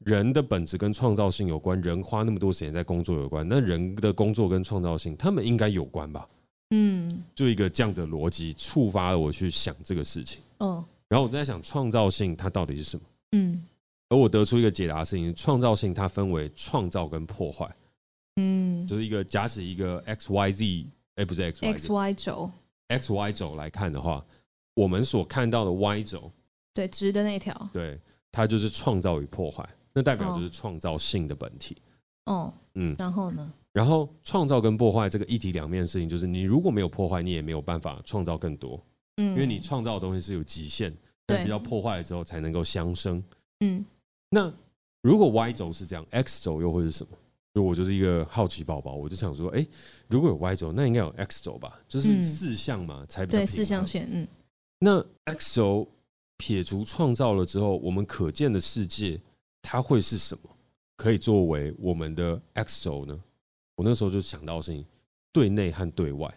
人的本质跟创造性有关，人花那么多时间在工作有关，那人的工作跟创造性，他们应该有关吧？嗯，就一个这样子的逻辑触发了我去想这个事情，哦，然后我就在想创造性它到底是什么？嗯而我得出一个解答的事情，创造性它分为创造跟破坏，嗯就是一个假使一个 x y z，哎、不是 x y z ，X Y 轴， x y 轴来看的话，我们所看到的 y 轴对，直的那条，对，它就是创造与破坏，那代表就是创造性的本体。哦，嗯，然后呢，然后创造跟破坏这个一体两面的事情，就是你如果没有破坏，你也没有办法创造更多，嗯，因为你创造的东西是有极限，对但比较破坏了之后才能够相生。嗯那如果 y 轴是这样，x 轴又会是什么？就我就是一个好奇宝宝，我就想说，哎、如果有 Y 轴，那应该有 X 轴吧？就嗯是四项嘛，才比较对，平四象衡限，嗯，那 X 轴撇除创造了之后，我们可见的世界它会是什么？可以作为我们的 X 轴呢？我那时候就想到的事情，对内和对外，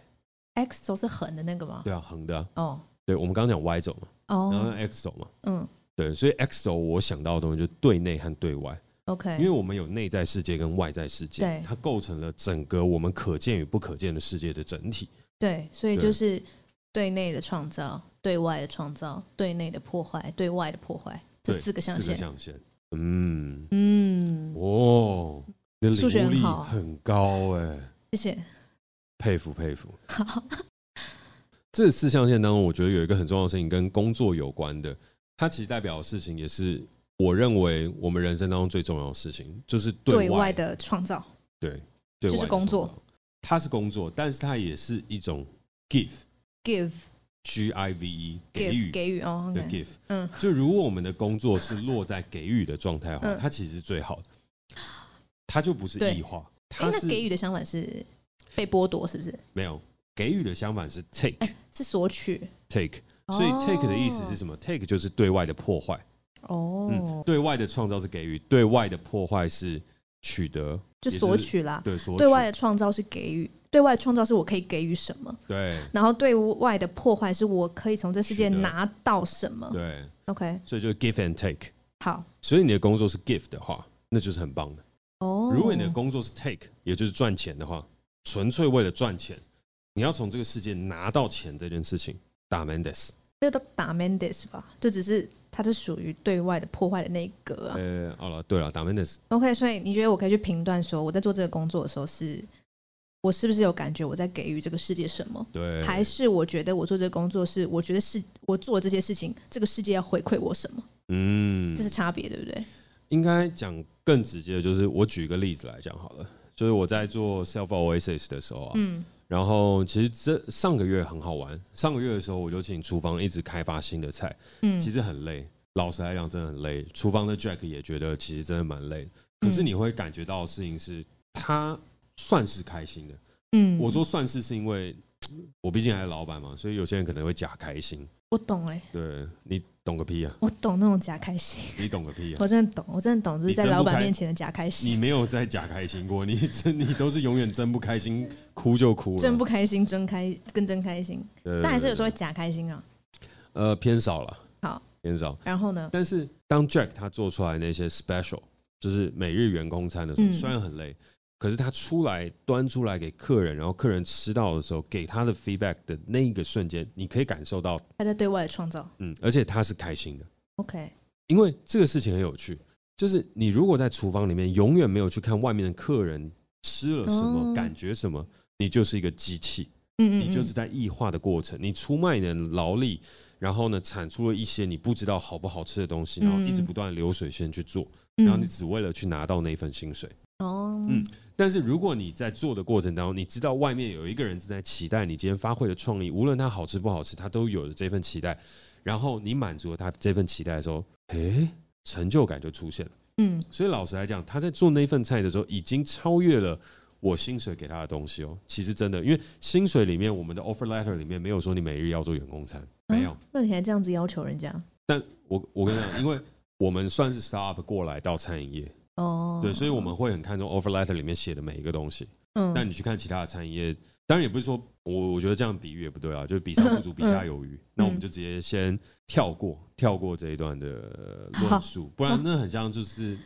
X 轴是横的那个吗？对啊，横的、啊，哦对我们刚刚讲 Y 轴嘛，然后哦， X 轴嘛，嗯对，所以 X 轴我想到的东西就是对内和对外，因为，OK，我们有内在世界跟外在世界对，它构成了整个我们可见与不可见的世界的整体。对，所以对就是对内的创造，对外的创造，对内的破坏，对外的破坏，这对四个象四个限。象限，嗯，嗯，哦，你的数学领悟很力好很高哎、谢谢。佩服佩服。好，这四象限当中，我觉得有一个很重要的事情跟工作有关的，它其实代表的事情也是我认为我们人生当中最重要的事情，就是对外外的创造，对对外就是工作的创造，它是工作，但是它也是一种 give，g give i v e 给 give 予给予哦的，OK， give。嗯，就如果我们的工作是落在给予的状态的话，嗯它其实是最好的，它就不是对异化，诶它那是给予的相反是被剥夺，是不是？没有给予的相反是 take 是索取。 take。所以 take 的意思是么？什么？take 就是对外的破坏，嗯，哦，对外的创造是给予，对外的破坏是取得，就也索是取啦。对，索取对外的创造是给予，对外创造是我可以给予什么，对然后对外的破坏是我可以从这世界取得拿到什么。对， OK，所以就是 give and take。好。所以你的工作是 give 的话，那就是很棒的；哦，如果你的工作是 take，也就是赚钱的话，纯粹为了赚钱，你要从这个世界拿到钱这件事情，打 Mendes，没有到打 Mendes 吧，就只是它是属于对外的破坏的那一格啊。呃，好了，对了，打 Mendes， OK，所以你觉得我可以去评断说，我在做这个工作的时候是，我是不是有感觉我在给予这个世界什么？对，还是我觉得我做这个工作是，我觉得是我做这些事情，这个世界要回馈我什么？嗯这是差别，对不对？应该讲更直接的，就是我举一个例子来讲好了，就是我在做 self oasis 的时候啊，嗯，然后其实这上个月很好玩，上个月的时候我就请厨房一直开发新的菜，嗯其实很累，老实来讲真的很累。厨房的 Jack 也觉得其实真的蛮累的，可嗯是你会感觉到的事情是，他算是开心的。嗯，我说算是是因为我毕竟还是老板嘛，所以有些人可能会假开心，我懂哎、对你懂个屁啊，我懂那种假 开心，你懂个屁啊！我真的懂，我真的懂，就是你在睁不老板开面前的假开你心，没有在假开心过，你真你都是永远真不开心，哭就哭了。真不开心，真开跟真开心，对，但还是有时候对会假开心啊。对呃偏少了，好偏少。然后呢，但是当 Jack 他做出来那些 special，就是每日员工餐的时候，嗯虽然很累，可是他出来端出来给客人，然后客人吃到的时候，给他的 feedback 的那一个瞬间，你可以感受到，他在对外的创造嗯，而且他是开心的， ，OK，因为这个事情很有趣，就是你如果在厨房里面永远没有去看外面的客人吃了什么，哦感觉什么，你就是一个机器。嗯嗯，你就是嗯在异化的过程，你出卖你的劳力，然后呢，产出了一些你不知道好不好吃的东西，然后一直嗯不断地流水线去做，嗯然后你只为了去拿到那一份薪水。哦，嗯但是如果你在做的过程当中，你知道外面有一个人正在期待你今天发挥的创意，无论它好吃不好吃，他都有了这份期待，然后你满足了他这份期待的时候，诶，成就感就出现了。嗯，所以老实来讲，他在做那份菜的时候，已经超越了我薪水给他的东西哦。其实真的，因为薪水里面，我们的 offer letter 里面没有说你每日要做员工餐，没有。啊那你还这样子要求人家但我我跟你讲，因为我们算是 startup 过来到餐饮业，哦？对，所以我们会很看重 offer letter 里面写的每一个东西。嗯，但你去看其他的餐饮业，当然也不是说我我觉得这样比喻也不对啊，就是比上不足，比下有嗯余。那我们就直接先跳过跳过这一段的呃好论述，不然那很像就是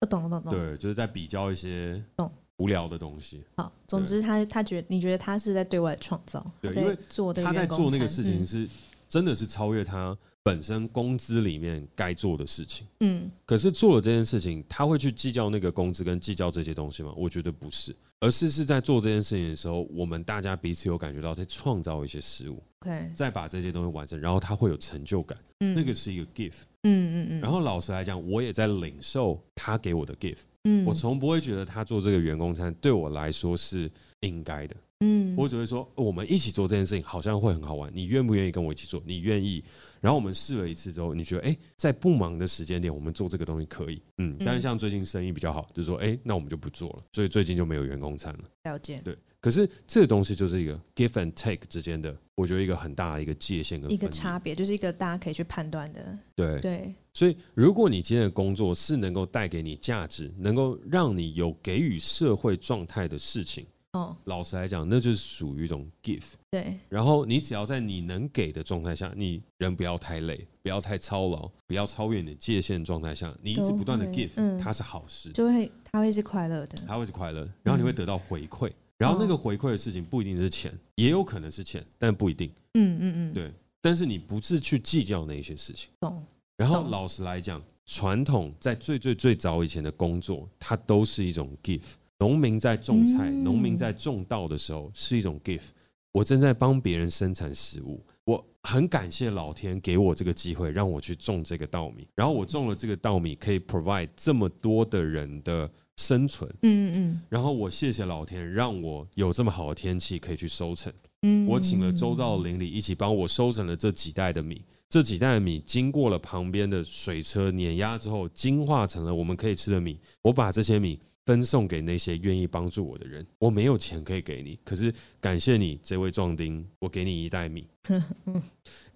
我懂了懂了懂了。对，就是在比较一些懂无聊的东西。好，总之他他觉你觉得他是在对外创造，对他因在为做的他在员工做那个餐嗯事情是真的是超越他本身工资里面该做的事情。嗯嗯可是做了这件事情，他会去计较那个工资跟计较这些东西吗？我觉得不是，而是是在做这件事情的时候，我们大家彼此有感觉到在创造一些事物， ，OK，再把这些东西完成，然后他会有成就感，嗯，那个是一个 gift。嗯嗯嗯，然后老实来讲，我也在领受他给我的 gift，嗯我从不会觉得他做这个员工餐对我来说是应该的，嗯，我只会说哦我们一起做这件事情好像会很好玩，你愿不愿意跟我一起做？你愿意。然后我们试了一次之后，你觉得哎、诶在不忙的时间点我们做这个东西可以，嗯。但是像最近生意比较好，就说哎、诶那我们就不做了，所以最近就没有员工餐了。了解对，可是这个东西就是一个 give and take 之间的，我觉得一个很大的一个界限跟一个分离差别，就是一个大家可以去判断的。对对，所以，如果你今天的工作是能够带给你价值，能够让你有给予社会状态的事情，哦，老实来讲，那就是属于一种 give。对，然后你只要在你能给的状态下，你人不要太累，不要太操劳，不要超越你的界限状态下，你一直不断的都会 give，、嗯它是好事，就会他会是快乐的。它会是快乐，然后你会得到回馈。然嗯后那个回馈的事情不一定是钱，也有可能是钱，但不一定。嗯嗯嗯，对但是你不是去计较那一些事情。懂。然后懂老实来讲，传统在最最最早以前的工作，它都是一种 give。农民在种菜，嗯农民在种稻的时候是一种 give。我正在帮别人生产食物，我很感谢老天给我这个机会，让我去种这个稻米。然后我种了这个稻米，可以 provide 这么多的人的生存。嗯嗯然后我谢谢老天，让我有这么好的天气可以去收成。嗯，我请了周遭的邻里一起帮我收成了这几袋的米。这几袋的米经过了旁边的水车碾压之后，精化成了我们可以吃的米。我把这些米分送给那些愿意帮助我的人。我没有钱可以给你，可是感谢你这位壮丁，我给你一袋 米。嗯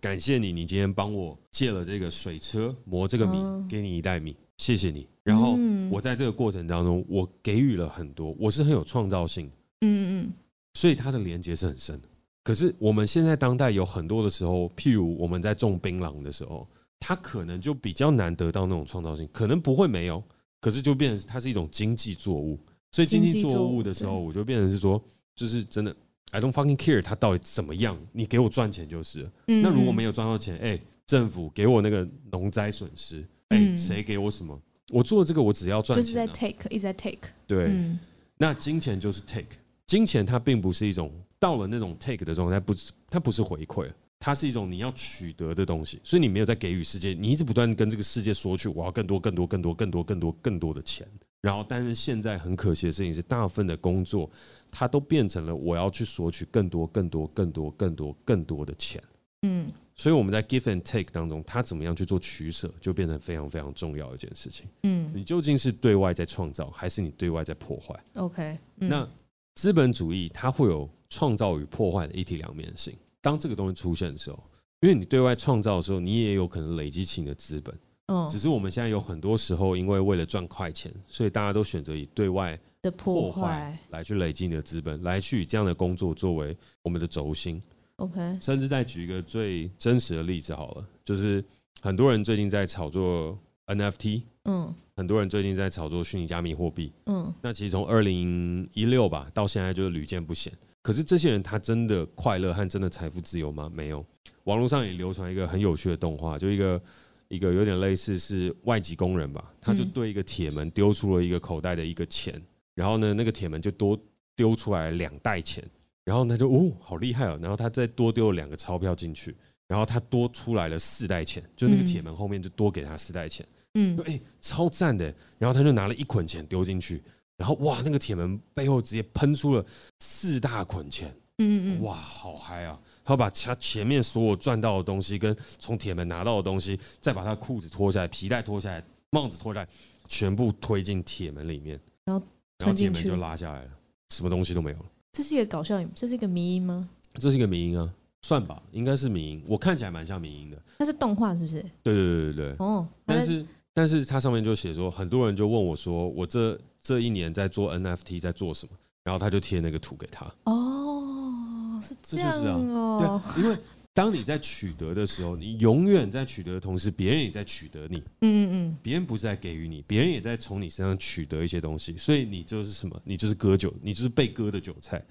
感谢你，你今天帮我借了这个水车磨这个米，哦给你一袋米，谢谢你。然后嗯我在这个过程当中，我给予了很多，我是很有创造性的。嗯嗯所以它的连接是很深的。可是我们现在当代有很多的时候，譬如我们在种槟榔的时候，它可能就比较难得到那种创造性，可能不会没有，可是就变成它是一种经济作物。所以经济经济作作物物的时候，我就变成是说，就是真的，I don't fucking care 它到底怎么样，你给我赚钱就是了。嗯，那如果没有，有赚到钱，哎，政府给我那个农灾损失，嗯哎，谁给我什么？我做这个我只要赚就是在钱、啊， take 一直在 take，对，嗯那金钱就是 take，金钱它并不是一种到了那种 take 的状态，不是它不是回馈，它是一种你要取得的东西，所以你没有在给予世界，你一直不断地跟这个世界索取，我要更多、更多、更多、更多、更多、更多的钱。然后，但是现在很可惜的事情是，大部分的工作它都变成了我要去索取更多、更多、更多、更多、更多的钱。嗯，所以我们在 give and take 当中，它怎么样去做取舍，就变成非常非常重要的一件事情。嗯你究竟是对外在创造，还是你对外在破坏？ ，OK，嗯那资本主义它会有创造与破坏的一体两面性。当这个东西出现的时候，因为你对外创造的时候，你也有可能累积起你的资本。哦只是我们现在有很多时候，因为为了赚快钱，所以大家都选择以对外的破破坏来去累积你的资本，来去以这样的工作作为我们的轴心。嗯，OK，甚至再举一个最真实的例子好了，就是很多人最近在炒作 NFT，嗯很多人最近在炒作虚拟加密货币。嗯那其实从二零一六吧到现在就是屡见不鲜。可是这些人他真的快乐和真的财富自由吗？没有。网络上也流传一个很有趣的动画，就一个一个有点类似是外籍工人吧，他就嗯对一个铁门丢出了一个口袋的一个钱，然后呢，那个铁门就多丢出来两袋钱，然后他就哦，好厉害哦，然后他再多丢了两个钞票进去，然后他多出来了四袋钱，就那个嗯铁门后面就多给他四袋钱。就嗯，哎、超赞的。然后他就拿了一捆钱丢进去，然后哇，那个铁门背后直接喷出了四大捆钱，嗯嗯，哇，好嗨啊！他把他前面所有赚到的东西跟从铁门拿到的东西，再把他裤子脱下来、皮带脱下来、帽子脱下来，全部推进铁门里面，然后然后吞进铁门去就拉下来了，什么东西都没有了。这是一个搞笑影，这是一个迷因吗？这是一个民音啊，算吧，应该是民音。我看起来蛮像民音的，它是动画是不是？对对对对对。哦，它但是但是它上面就写说，很多人就问我说，我这这一年在做 NFT 在做什么，然后他就贴那个图给他。哦，是这这就样是啊对哦啊，，因为当你在取得的时候，你永远在取得的同时，别人也在取得你，嗯嗯别人不是在给予你，别人也在从你身上取得一些东西，所以你就是什么？你就是割韭，你就是被割的韭菜。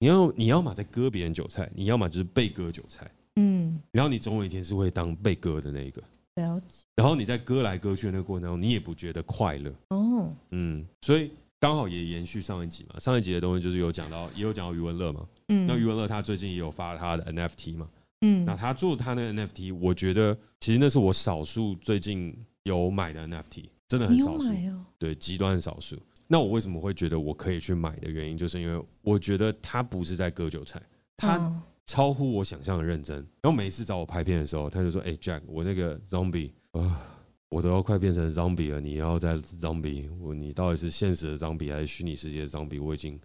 你要你要么在割别人韭菜，你要么就是被割韭菜，嗯然后你总有一天是会当被割的那一个。嗯，了解然后你在割来割去的那个过程当中，你也不觉得快乐，哦，嗯，所以刚好也延续上一集嘛，上一集的东西就是有讲到，也有讲到余文乐嘛。嗯，那余文乐他最近也有发他的 NFT 嘛，嗯那他做他那个 NFT，我觉得其实那是我少数最近有买的 NFT，真的很你有少数，买哦，对，极端少数。那我为什么会觉得我可以去买的原因，就是因为我觉得他不是在割韭菜，他嗯超乎我想象的认真。然后每一次找我拍片的时候，他就说：“哎、j a c k 我那个 zombie 啊，我都要快变成 zombie 了，你要再 zombie，我你到底是现实的 zombie 还是虚拟世界的 zombie？我已经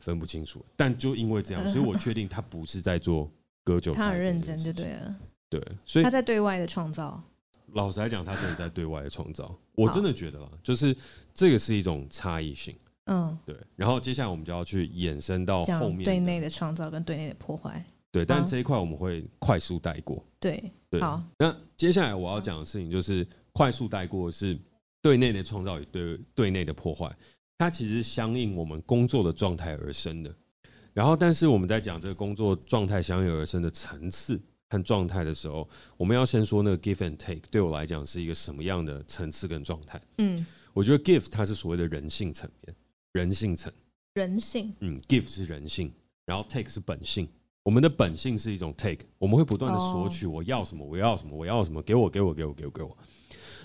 分不清楚了。”但就因为这 样，所以我确定他不是在做割韭菜，他很认真就对。了，对，所以他在对外的创造。老实来讲，他真的在对外的创造，我真的觉得啦，就是这个是一种差异性。嗯，对，然后接下来我们就要去衍生到哦后讲面对的内的创造跟对内的破坏。对，但好这一块我们会快速带过。对，对，好，那接下来我要讲的事情就是快速带过是对内的创造与对对内的破坏，它其实相应我们工作的状态而生的。然后，但是我们在讲这个工作状态相应而生的层次和状态的时候，我们要先说那个 give and take 对我来讲是一个什么样的层次跟状态。嗯，我觉得 give 它是所谓的人性层面，人性层。人性嗯，give 是人性，然后 take 是本性。我们的本性是一种 take，我们会不断的索哦取，我要什么，我要什么，我要什么，给我，给我，给我，给我，给我。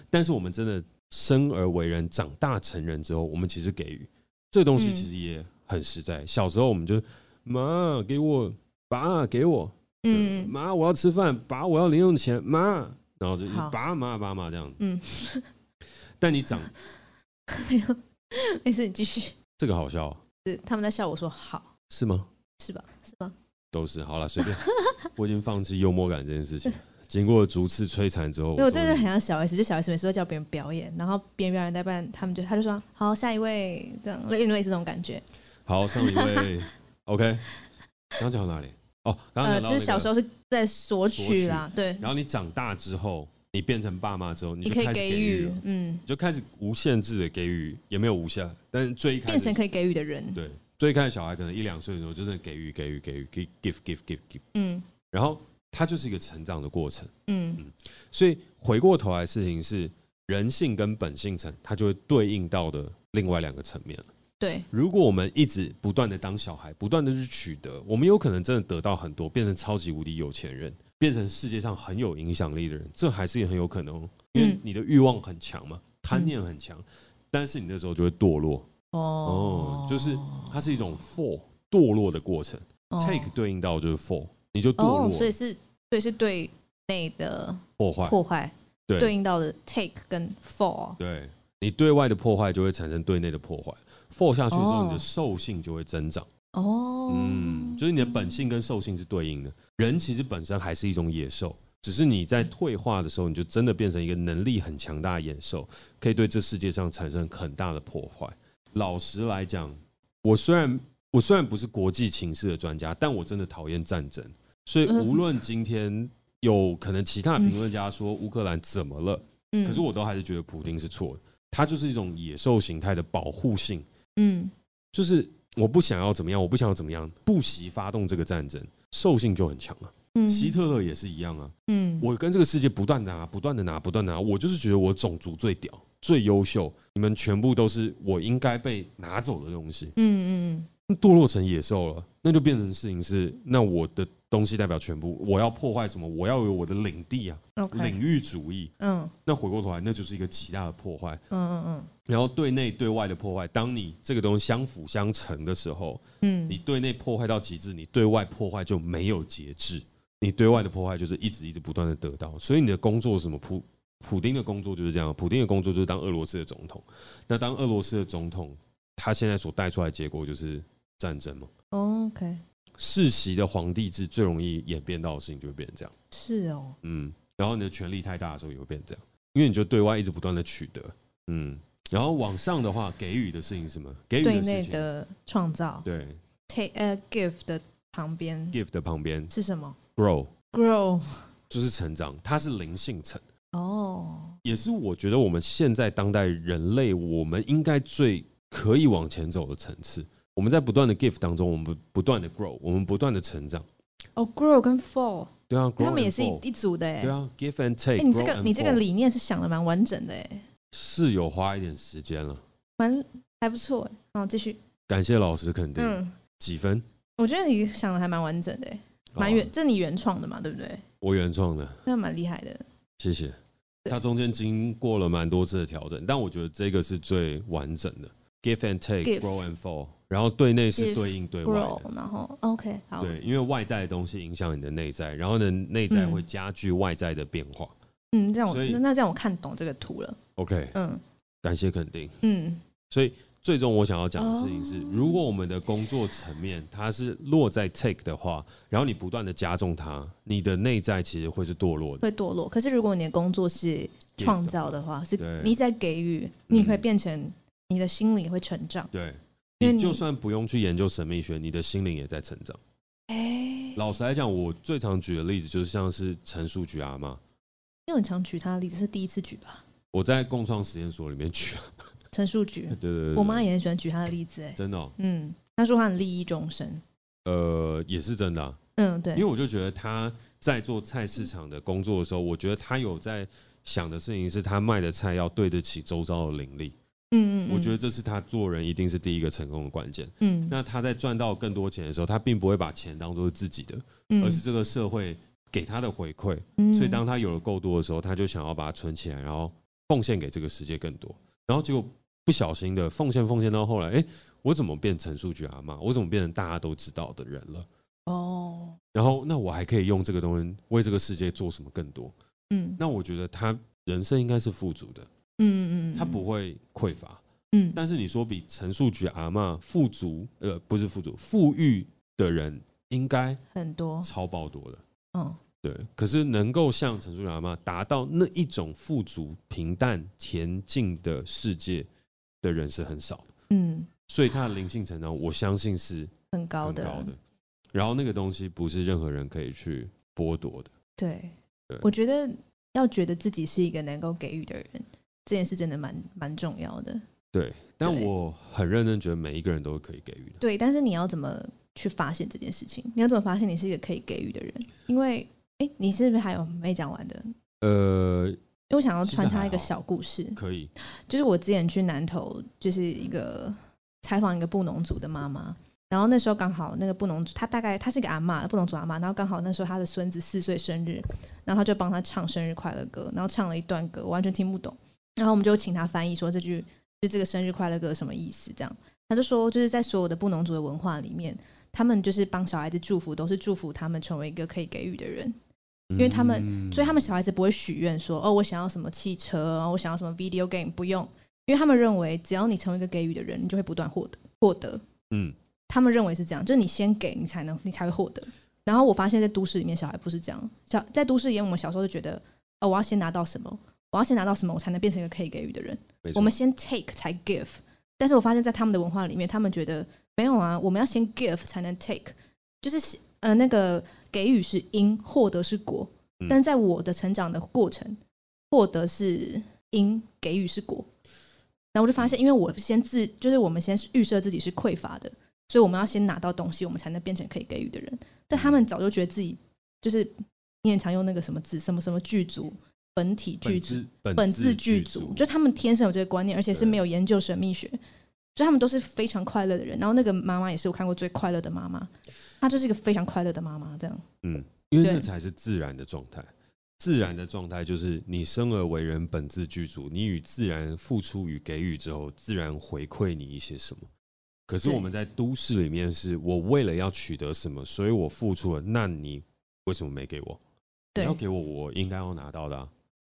但是我们真的生而为人，长大成人之后，我们其实给予这东西，嗯其实也很实在。小时候我们就妈给我，爸给我，嗯妈我要吃饭，爸我要零用钱，妈，然后就好爸妈爸妈这样。嗯， 但你长没有，没事，你继续。这个好笑哦是他们在笑我说好，是吗？是吧？是吧？都是好了，随便。 我已经放弃幽默感这件事情。经过逐次摧残之后，因为我终真于的很像小 S，就小 S 每次都叫别人表演，然后别人表演代办，他们就他就说好，下一位，这样类类似这种感觉。好上一 位，OK。刚刚讲到哪里？哦，刚刚呃，讲到、那就是小时候，候是在索索取取啦，对，然后你长大之后，你变成爸妈之后，你你就可开以始给予予了，，嗯，你就开始无限制的给予，也没有无限，但是最一开变成始可以给予的人，对最一开始小孩可能一两岁的时候，就真的给予给予给予给 give give give give，嗯然后他就是一个成长的过程。嗯所以回过头来，事情是人性跟本性层，它就会对应到的另外两个层面了。对，如果我们一直不断的当小孩，不断的去取得，我们有可能真的得到很多，变成超级无敌有钱人，变成世界上很有影响力的人，这还是很有可能哦，因为嗯你的欲望很强嘛，贪念很强，但是你那时候就会堕落。哦哦，，就是它是一种 fall 堕落的过程、哦 t a k e 对应到就是 fall，你就堕哦，落、所以是所以是对内的破坏，破坏对对应到的 take 跟 fall，对你对外的破坏就会产生对内的破坏，fall 下去之后，哦你的兽性就会增长。哦，嗯，就是你的本性跟兽性是对应的。人其实本身还是一种野兽，只是你在退化的时候，你就真的变成一个能力很强大的野兽，可以对这世界上产生很大的破坏。老实来讲，我虽然我虽然不是国际情势的专家，但我真的讨厌战争，所以嗯无论今天有可能其他的评论家说乌克兰怎么了，嗯，可是我都还是觉得普丁是错的，他就是一种野兽形态的保护性。嗯就是我不想要怎么样，我不想要怎么样，不惜发动这个战争，兽性就很强啊。嗯，希特勒也是一样啊，嗯我跟这个世界不断拿，不断的拿，不断地拿，我就是觉得我种族最屌、最优秀，你们全部都是我应该被拿走的东西，嗯嗯堕落成野兽了，那就变成事情是，那我的东西代表全部，我要破坏什么？我要有我的领地啊，嗯，OK，领域主义。嗯那回过头来，那就是一个极大的破坏。嗯嗯然后对内对外的破坏，当你这个东西相辅相成的时候，嗯你嗯，对内破坏到极致，你对外破坏就没有节制。你对外的破坏就是一直一直不断的得到，所以你的工作是什么普普丁的工作就是这样，普丁的工作就是当俄罗斯的总统。那当俄罗斯的总统，他现在所带出来的结果就是战争嘛。哦 OK，世袭的皇帝制最容易演变到的事情就会变成这样，是哦，嗯，然后你的权力太大的时候也会变成这样，因为你就对外一直不断的取得，嗯，然后往上的话给予的事情是什么？给予对的内事情，的创造对 take 呃 give 的旁边 give 的旁边是什么 grow grow？就是成长，它是灵性层，哦，也是我觉得我们现在当代人类，我们应该最可以往前走的层次。我们在不断的 give 当中，我们不不断的 grow，我们不断的成长。哦，grow 跟 fall，对啊，grow 他们也 and 是一 fall 一组的哎对。啊，give and take、哎，你这个你这个理念是想的蛮完整的哎，是有花一点时间了，蛮还不错哎。好，继续。感谢老师肯定、嗯，几分，我觉得你想的还蛮完整的哎，蛮好原啊，这你原创的嘛，对不对？我原创的，那蛮厉害的。谢谢。对它中间经过了蛮多次的调整，但我觉得这个是最完整的。 give and take, Give grow and fall，然后对内是对应对外的 grow，然后 OK 好，对，因为外在的东西影响你的内在，然后呢，内在嗯会加剧外在的变化。嗯，这样我所以那那这样我看懂这个图了， OK，嗯感谢肯定。嗯所以最终我想要讲的事情是，哦如果我们的工作层面它是落在 take 的话，然后你不断的加重它，你的内在其实会是堕落的。会堕落。可是如果你的工作是创造的话，是对你在给予，你会变成你的心理会成长。对，因为你你就算不用去研究神秘学，你的心灵也在成长。哎，老实来讲，我最常举的例子就是像是陈述菊阿妈，因为很常举他的例子，是第一次举吧？我在共创实验所里面举，陈述举 对，对对对，我妈也很喜欢举他的例子，哎，真的哦、嗯，她说她很利益众生，呃，也是真的啊、嗯，因为对，我就觉得他在做菜市场的工作的时候，我觉得他有在想的事情是他卖的菜要对得起周遭的邻里，嗯嗯，我觉得这是他做人一定是第一个成功的关键。嗯，那他在赚到更多钱的时候，他并不会把钱当做是自己的，嗯而是这个社会给他的回馈。嗯所以当他有了够多的时候，他就想要把它存起来，然后奉献给这个世界更多。然后结果不小心的奉献奉献到后来，哎，我怎么变成数据阿妈？我怎么变成大家都知道的人了？哦，然后那我还可以用这个东西为这个世界做什么更多？嗯，那我觉得他人生应该是富足的，嗯嗯嗯，他不会匮乏。嗯，但是你说比陈述菊阿嬷富足，呃，不是富足，富裕的人应该很多，超爆多的。嗯对，可是能够像陈述菊阿嬷达到那一种富足、平淡、恬静的世界的人是很少的，嗯，所以他的灵性成长，我相信是很高很的，高的。然后那个东西不是任何人可以去剥夺的。对对，我觉得要觉得自己是一个能够给予的人，这件事真的蛮蛮重要的。但对我很认真觉得每一个人都可以给予的。对，但是你要怎么去发现这件事情？你要怎么发现你是一个可以给予的人？因为，哎，你是不是还有没讲完的？因呃，为我想要其实穿还插一个好小故事，可以，就是我之前去南投，就是一个采访一个布农族的妈妈，然后那时候刚好那个布农族，她大概她是个阿嬷，布农族阿嬷，然后刚好那时候她的孙子四岁生日，然后她就帮她唱生日快乐歌，然后唱了一段歌，我完全听不懂，然后我们就请她翻译说这句就这个生日快乐歌什么意思，这样，她就说就是在所有的布农族的文化里面，他们就是帮小孩子祝福，都是祝福他们成为一个可以给予的人。因为他们所以他们小孩子不会许愿说哦，我想要什么汽车，哦我想要什么 video game，不用，因为他们认为只要你成为一个给予的人，你就会不断获得获得。嗯，他们认为是这样，就是你先给你才能你才会获得。然后我发现，在都市里面，小孩不是这样。小在都市里面，我们小时候就觉得，哦，我要先拿到什么，我要先拿到什么，我才能变成一个可以给予的人。没错我们先 take 才 give。但是我发现，在他们的文化里面，他们觉得没有啊，我们要先 give 才能 take，就是呃那个给予是因，获得是果嗯。但在我的成长的过程，获得是因，给予是果。然后我就发现，因为我先自，就是我们先预设自己是匮乏的，所以我们要先拿到东西，我们才能变成可以给予的人。但他们早就觉得自己就是，你很常用那个什么字，什么什么剧组、本体剧本组、自本本自自具具足，就他们天生有这个观念，而且是对没有研究神秘学，所以他们都是非常快乐的人。然后那个妈妈也是我看过最快乐的妈妈，她就是一个非常快乐的妈妈。这样，嗯，因为那对才是自然的状态。自然的状态就是你生而为人，本自具足，你与自然付出与给予之后，自然回馈你一些什么。可是对我们在都市里面是，我为了要取得什么，所以我付出了，那你为什么没给我？你对嗯要给我，我应该要拿到的、啊。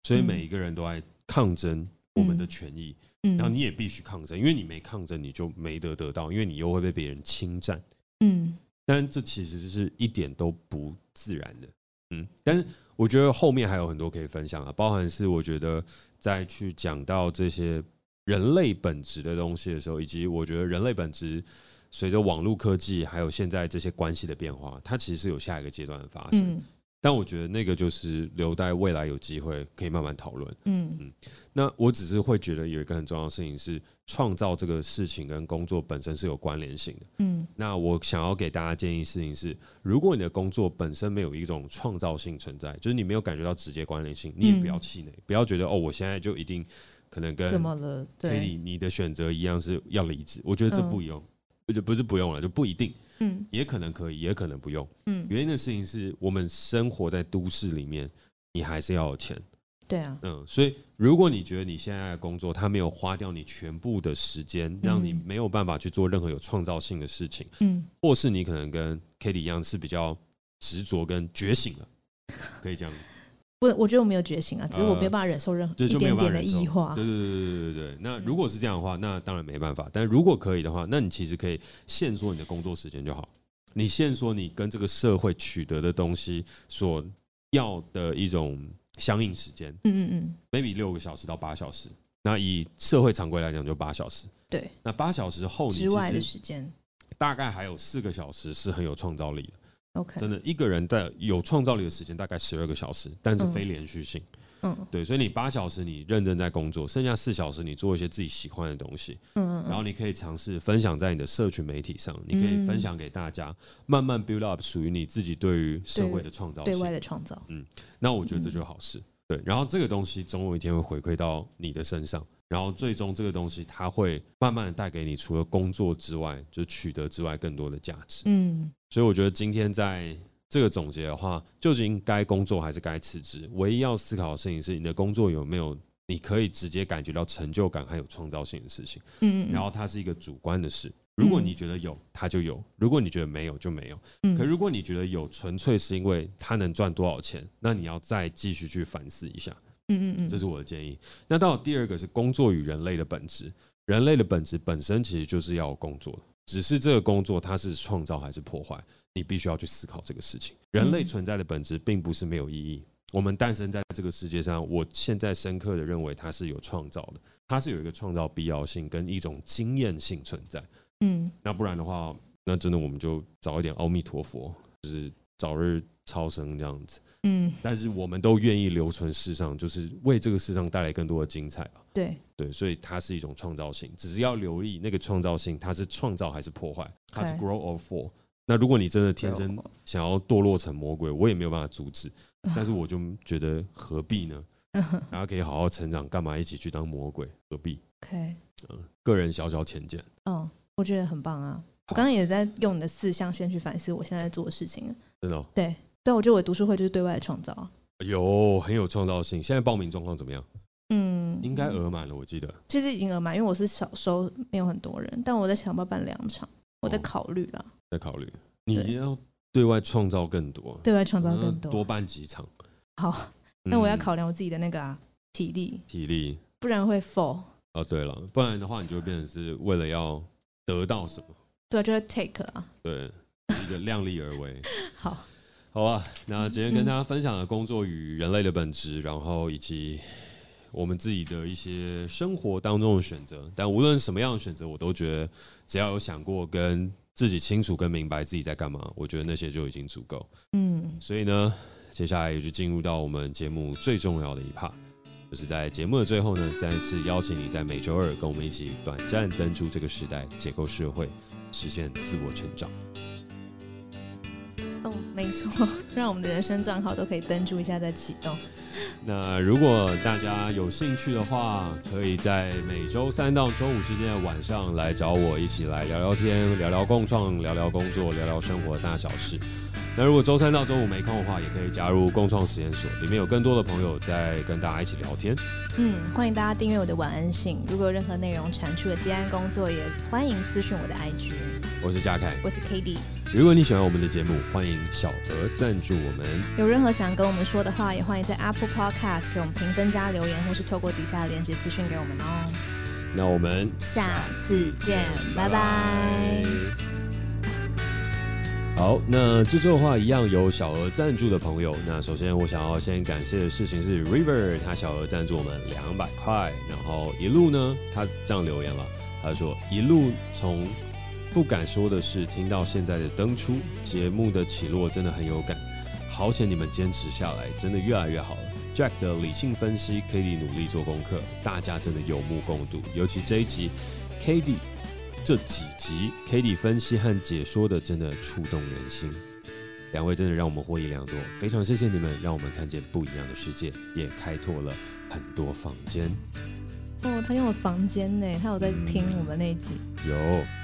所以每一个人都在抗争我们的权益，然后嗯你也必须抗争，因为你没抗争，你就没得得到，因为你又会被别人侵占。嗯，但这其实是一点都不自然的，嗯。但是我觉得后面还有很多可以分享啊，包含是我觉得在去讲到这些人类本质的东西的时候，以及我觉得人类本质随着网络科技还有现在这些关系的变化，它其实是有下一个阶段的发生。嗯但我觉得那个就是留待未来有机会可以慢慢讨论。嗯那我只是会觉得有一个很重要的事情是，创造这个事情跟工作本身是有关联性的。嗯那我想要给大家建议事情是，如果你的工作本身没有一种创造性存在，就是你没有感觉到直接关联性，你也不要气馁，不要觉得哦，我现在就一定可能跟嗯，怎么了？ k a 对， t 你的选择一样是要离职。我觉得这嗯不用，不是不是不用了，就不一定，嗯也可能可以，也可能不用。嗯原因的事情是我们生活在都市里面，你还是要有钱，对啊，嗯，所以如果你觉得你现在的工作它没有花掉你全部的时间，让你没有办法去做任何有创造性的事情，嗯，或是你可能跟 k a t i e 一样是比较执着跟觉醒了，可以这样，不，我觉得我没有觉醒啊，只是我没有办法忍受任何呃这一就没有办点点法的忍受异化对。对对对对对对。那如果是这样的话，那当然没办法。但如果可以的话，那你其实可以限缩你的工作时间就好。你限缩你跟这个社会取得的东西所要的一种相应时间，嗯嗯嗯， maybe 六个小时到八小时。那以社会常规来讲，就八小时。对，那八小时后，你之外的其实时间大概还有四个小时是很有创造力的。 ，OK，真的，一个人在有创造力的时间大概十二个小时，但是嗯非连续性。嗯对，所以你八小时你认真在工作，剩下四小时你做一些自己喜欢的东西，嗯然后嗯你可以尝试分享在你的社群媒体上，你可以分享给大家，慢慢 build up 属于你自己对于社会的创造嗯，对性外。的嗯创造，那我觉得这就是好事。对，然后这个东西总有一天会回馈到你的身上，然后最终这个东西它会慢慢的带给你除了工作之外，就取得之外更多的价值。嗯所以我觉得今天在这个总结的话，究竟该工作还是该辞职，唯一要思考的事情是你的工作有没有你可以直接感觉到成就感还有创造性的事情，嗯嗯，然后它是一个主观的事。如果你觉得有，它就有；如果你觉得没有，就没有。嗯可如果你觉得有，纯粹是因为他能赚多少钱，那你要再继续去反思一下，嗯嗯嗯，这是我的建议。那到第二个是工作与人类的本质，人类的本质本身其实就是要有工作的，只是这个工作它是创造还是破坏，你必须要去思考这个事情。人类嗯存在的本质并不是没有意义。我们诞生在这个世界上，我现在深刻的认为它是有创造的，它是有一个创造必要性跟一种经验性存在。嗯那不然的话，那真的我们就早一点阿弥陀佛，就是早日超生这样子。嗯，但是我们都愿意留存世上，就是为这个世上带来更多的精彩吧。对，对，所以它是一种创造性，只是要留意那个创造性，它是创造还是破坏，它是 Okay grow or fall。那如果你真的天生想要堕落成魔鬼，我也没有办法阻止，但是我就觉得何必呢？大家可以好好成长，干嘛一起去当魔鬼？何必？ OK，嗯，个人小小浅见。嗯，我觉得很棒啊。我刚刚也在用你的四项先去反思我现在在做的事情。真的哦、对，啊我觉得我的读书会就是对外的创造啊。有很有创造性。现在报名状况怎么样？嗯，应该额满了，我记得。其实已经额满，因为我是少收，没有很多人，但我在想要不要办两场，我在哦考虑啦，再考虑，对你要对外创造更多，对外创造嗯更多。多办几场。好，那我要嗯考量我自己的那个啊体力，体力。不然会 fall。哦，对了，不然的话，你就会变成是为了要得到什么，对啊，就会 take 啊。对，一个量力而 为。好，好啊，那今天跟大家分享了工作与人类的本质，然后以及我们自己的一些生活当中的选择。但无论什么样的选择，我都觉得只要有想过跟自己清楚跟明白自己在干嘛，我觉得那些就已经足够。嗯，所以呢，接下来也就进入到我们节目最重要的一 part，就是在节目的最后呢，再一次邀请你在每周二跟我们一起短暂登出这个时代，解构社会，实现自我成长。哦，没错， 让我们的人生账号都可以登注一下再启动。那如果大家有兴趣的话，可以在每周三到周五之间的晚上来找我，一起来聊聊天，聊聊共创，聊聊工作，聊聊生活的大小事。那如果周三到周五没空的话，也可以加入共创实验所，里面有更多的朋友在跟大家一起聊天。嗯，欢迎大家订阅我的晚安信。如果有任何内容产出的接案工作，也欢迎私讯我的 IG。我是嘉凯，我是 k d 如果你喜欢我们的节目，欢迎小额赞助我们。有任何想跟我们说的话，也欢迎在 Apple Podcast 给我们评分加留言，或是透过底下的链接私讯给我们哦。那我们下次见，拜拜。好，那这周的话一样有小额赞助的朋友。那首先我想要先感谢的事情是 River，他小额赞助我们两百块，然后一路呢，他这样留言了，他说一路从不敢说的是听到现在的登出节目的起落真的很有感，好险你们坚持下来，真的越来越好了。Jack 的理性分析 k a t i e 努力做功课，大家真的有目共睹。尤其这一集 k a t i e 这几集 k a t i e 分析和解说的真的触动人心，两位真的让我们获益良多，非常谢谢你们，让我们看见不一样的世界，也开拓了很多房间。哦，他用了房间呢，他有在听我们那一集。有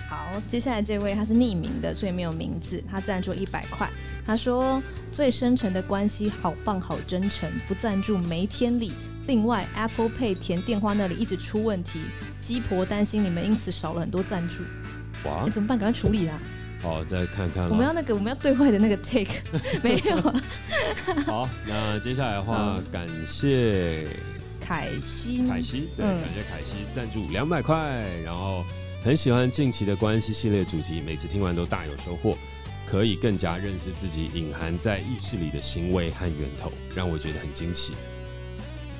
好，接下来这位他是匿名的，所以没有名字。他赞助一百块，他说最深沉的关系好棒好真诚，不赞助没天理。另外，Apple Pay 填电话那里一直出问题，鸡婆担心你们因此少了很多赞助，哇哎，怎么办？赶快处理啦！好，再看看啊我们啦。要那个我们要对外的那个 take 没有啊好，那接下来的话，感谢凯西凯西，对，嗯感谢凯西赞助两百块，然后很喜欢近期的关系系列主题，每次听完都大有收获，可以更加认识自己隐含在意识里的行为和源头，让我觉得很惊喜。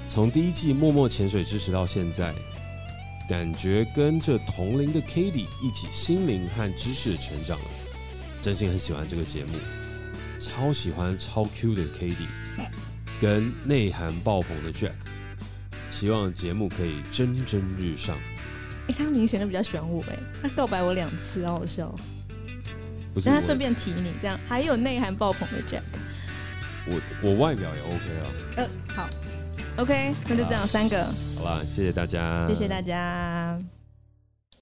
从第一季默默潜水支持到现在，感觉跟着同龄的 k a t i e 一起心灵和知识的成长了，真心很喜欢这个节目，超喜欢超 Q 的 k a t i e 跟内涵爆棚的 Jack。希望节目可以蒸蒸日上。哎他明显就比较喜欢我哎、他告白我两次，好好笑哦。不是但我他顺便提你这样，还有内涵爆棚的 Jack。我我外表也 OK 啊。呃，好，OK，那就这样，好三个，好啦，谢谢大家，谢谢大家。